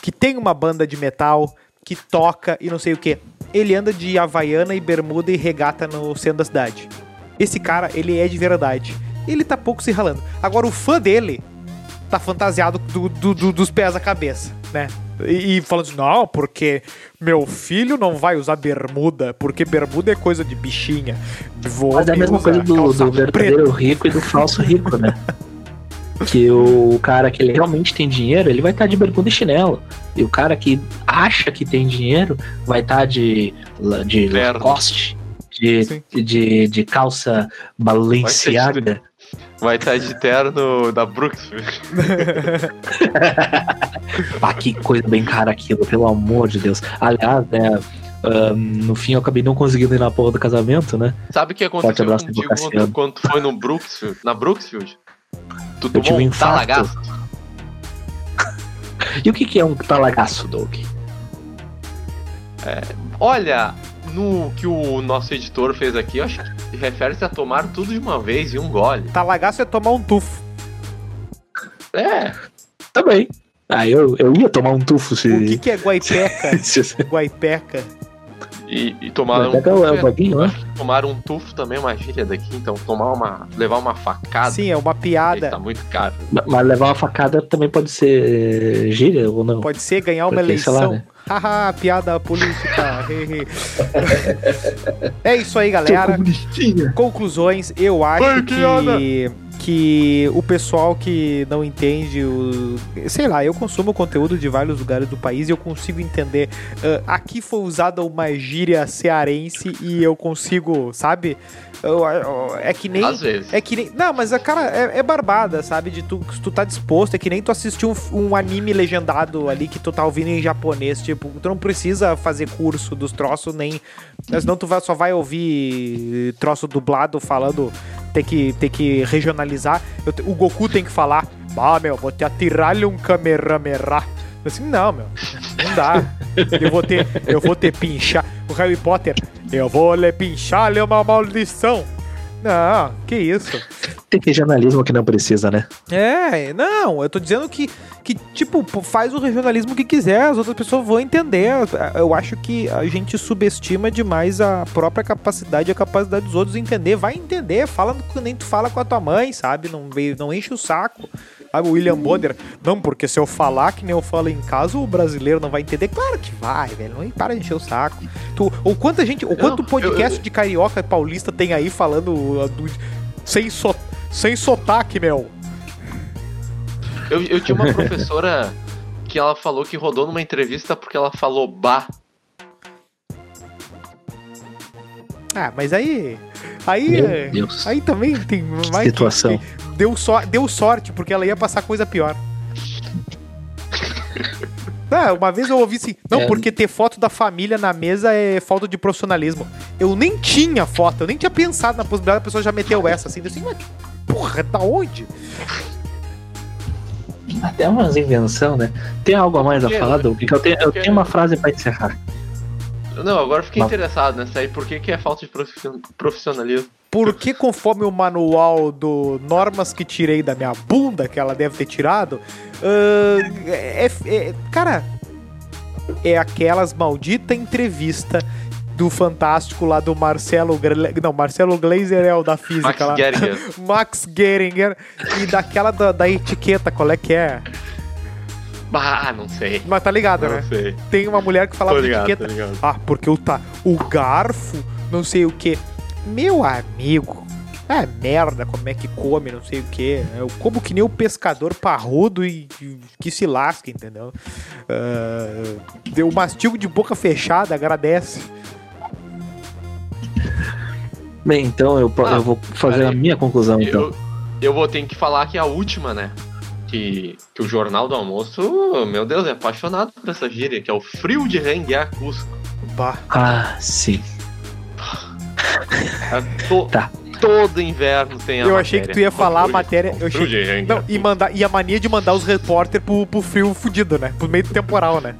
A: que tem uma banda de metal, que toca e não sei o que. Ele anda de havaiana e bermuda e regata no centro da cidade. Esse cara, ele é de verdade. Ele tá pouco se ralando. Agora, o fã dele tá fantasiado do- do- do- dos pés à cabeça, né? E, e falando assim, não, porque meu filho não vai usar bermuda, porque bermuda é coisa de bichinha. Vou
C: Mas é a mesma coisa do, do verdadeiro rico e do falso rico, né? que o cara que ele realmente tem dinheiro, ele vai estar de bermuda e chinelo. E o cara que acha que tem dinheiro vai estar de, de
D: Terno.
C: Lacoste, de,
A: Sim.
C: de, de calça Balenciaga.
D: Vai estar de terno da Brooksville.
C: Ah, que coisa bem cara aquilo, pelo amor de Deus. Aliás, né, ahn, no fim eu acabei não conseguindo ir na porra do casamento, né?
D: Sabe o que
C: Forte
D: aconteceu
C: abraço,
D: contigo
C: Cassiano.
D: quando, quando tu foi no Brooksville? Na Brooksfield? Tu
C: Eu tive
D: tomou
C: um
D: um
C: infarto.
D: talagaço.
C: E o que, que é um talagaço, Doug?
D: Olha, no que o nosso editor fez aqui, eu acho que refere-se a tomar
A: Tá
D: tudo de uma vez e um gole.
A: Talagaço é tomar um tufo.
D: É,
C: também. Ah, eu, eu ia tomar um tufo se.
A: O que, que é guaipeca?
C: se-
A: guaipeca.
D: E, e tomaram
C: Até que é um
D: é,
C: pouquinho, né?
D: acho que tomaram um tufo também, uma gíria daqui, então tomar uma. levar uma
C: Ah,
D: facada
A: Sim, é uma
D: ele tá
A: piada.
D: muito caro.
C: Ma- Mas levar uma facada também pode ser eh, gíria ou não?
A: Pode ser ganhar uma
C: Porque, sei lá,
A: eleição.
C: né?
A: Haha, piada política. He, he. é isso aí, galera. Conclusões, eu
B: Foi,
A: acho
B: piada.
A: que, que o pessoal que não entende o. Sei lá, eu consumo conteúdo de vários lugares do país e eu consigo entender. ah, aqui foi usada uma gíria cearense e eu consigo, sabe? Eu- eu- É que nem.
D: Às vezes.
A: É que nem. Não, mas a cara é, é barbada, sabe? De tu, se tu tá disposto, é que nem tu assistir um, um anime legendado ali que tu tá ouvindo em japonês. Tipo, tu não precisa fazer curso dos troços, nem. Senão tu vai- só vai ouvir troço dublado falando. Tem que, tem que regionalizar. Eu te- o Goku tem que falar. Ah, meu, vou te atirar-lhe um Kamehameha. Eu Assim, não, meu. Não dá. Eu vou ter, eu vou ter pinchar. O Harry Potter, eu vou lhe pinchar-lhe uma maldição. Não, que isso.
C: Tem que jornalismo que não precisa, né?
A: É, não, eu tô dizendo que, que tipo, pô, faz o regionalismo que quiser, as outras pessoas vão entender. Eu acho que a gente subestima demais a própria capacidade e a capacidade dos outros de entender. Vai entender, fala que nem tu fala com a tua mãe, sabe? Não, veio- não enche o saco. Sabe, o William Bonner, não, porque se eu falar que nem eu falo em casa, o brasileiro não vai entender. Claro que vai, velho, não para de encher o saco. Tu, ou quanta gente, ou quanto
D: eu-
A: podcast de carioca e paulista tem aí falando uh, do- sem, so, sem sotaque, meu?
D: Eu, eu tinha uma professora que ela falou que rodou numa entrevista porque ela falou bah.
A: Ah, mas aí. Aí. eh,
C: Meu Deus.
A: Aí também tem mais.
C: Que situação.
A: Deu, so- deu sorte, porque ela ia passar coisa pior. Ah, uma vez eu ouvi assim, não,
C: É.
A: porque ter foto da família na mesa é falta de profissionalismo. Eu nem tinha foto, eu nem tinha pensado na possibilidade, a pessoa já meteu essa assim, eu assim, mas porra, da onde?
C: Até umas invenção, né? Tem algo a mais a
D: Por quê?
C: falar, Doug? Que Eu tenho, eu tenho uma frase pra encerrar.
D: Não, agora eu fiquei
C: Bah.
D: interessado nessa aí. Por que, que é falta de profissiona- profissionalismo?
A: Porque conforme o manual do normas que tirei da minha bunda, que ela deve ter tirado, ahn, é, é- cara, é aquelas maldita entrevista do Fantástico lá do Marcelo, Gle- não, Marcelo Glazer é o da física
D: Max
A: lá.
D: Geringer.
A: Max Geringer e daquela da, da etiqueta, qual é que é?
D: Bah, não sei.
A: Mas tá ligado,
D: Não
A: né?
D: sei.
A: Tem uma mulher que
D: Uhum. Tô
A: falava de
D: ligado, tô
A: etiqueta.
D: ligado.
A: Ah, porque o, ta... o garfo, não sei o que. Meu amigo, é merda como é que come, não sei o que. Eu como que nem o pescador parrudo e e que se lasca, entendeu? Ah, Deu mastigo de boca fechada, agradece.
C: Bem, então eu, po-
D: Ah,
C: eu vou fazer a
D: peraí.
C: minha conclusão, então.
D: Eu, eu vou ter que falar que é a última, né? Que, que o Jornal do Almoço, meu Deus, é apaixonado por essa gíria, que é o frio de renguear Cusco.
A: Bah.
C: Ah, sim.
D: É to-
C: Tá.
D: Todo inverno tem a
A: Eu achei que tu ia falar a matéria. Eu
D: Eu
A: achei...
D: frio de renguear.
A: Não, e, mandar, e a mania de mandar os repórter pro, pro frio fudido, né? Pro meio do temporal, né?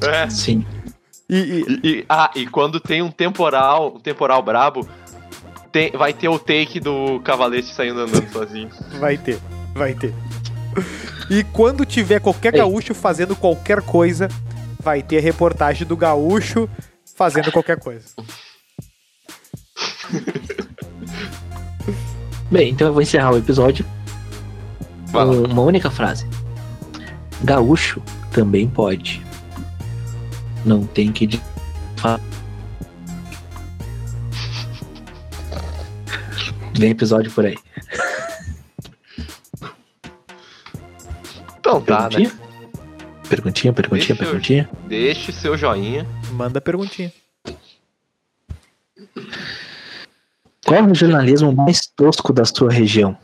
D: É.
C: Sim.
A: E, e-
D: E, e- ah, e quando tem um temporal, um temporal brabo, tem- vai ter o take do cavalete saindo andando sozinho.
A: Vai ter, vai ter. E quando tiver qualquer
C: Ei.
A: gaúcho fazendo qualquer coisa, vai ter reportagem do gaúcho fazendo qualquer coisa.
C: Bem, então eu vou encerrar o episódio
D: Vai lá.
C: com Um, uma única frase. Gaúcho também pode. Não tem que de- fa- Vem episódio por aí.
D: Então tá, né?
C: Perguntinha? Perguntinha, perguntinha,
D: Deixa eu-
C: perguntinha.
D: Deixe seu joinha.
A: Manda perguntinha.
C: Qual é o jornalismo mais tosco da sua região?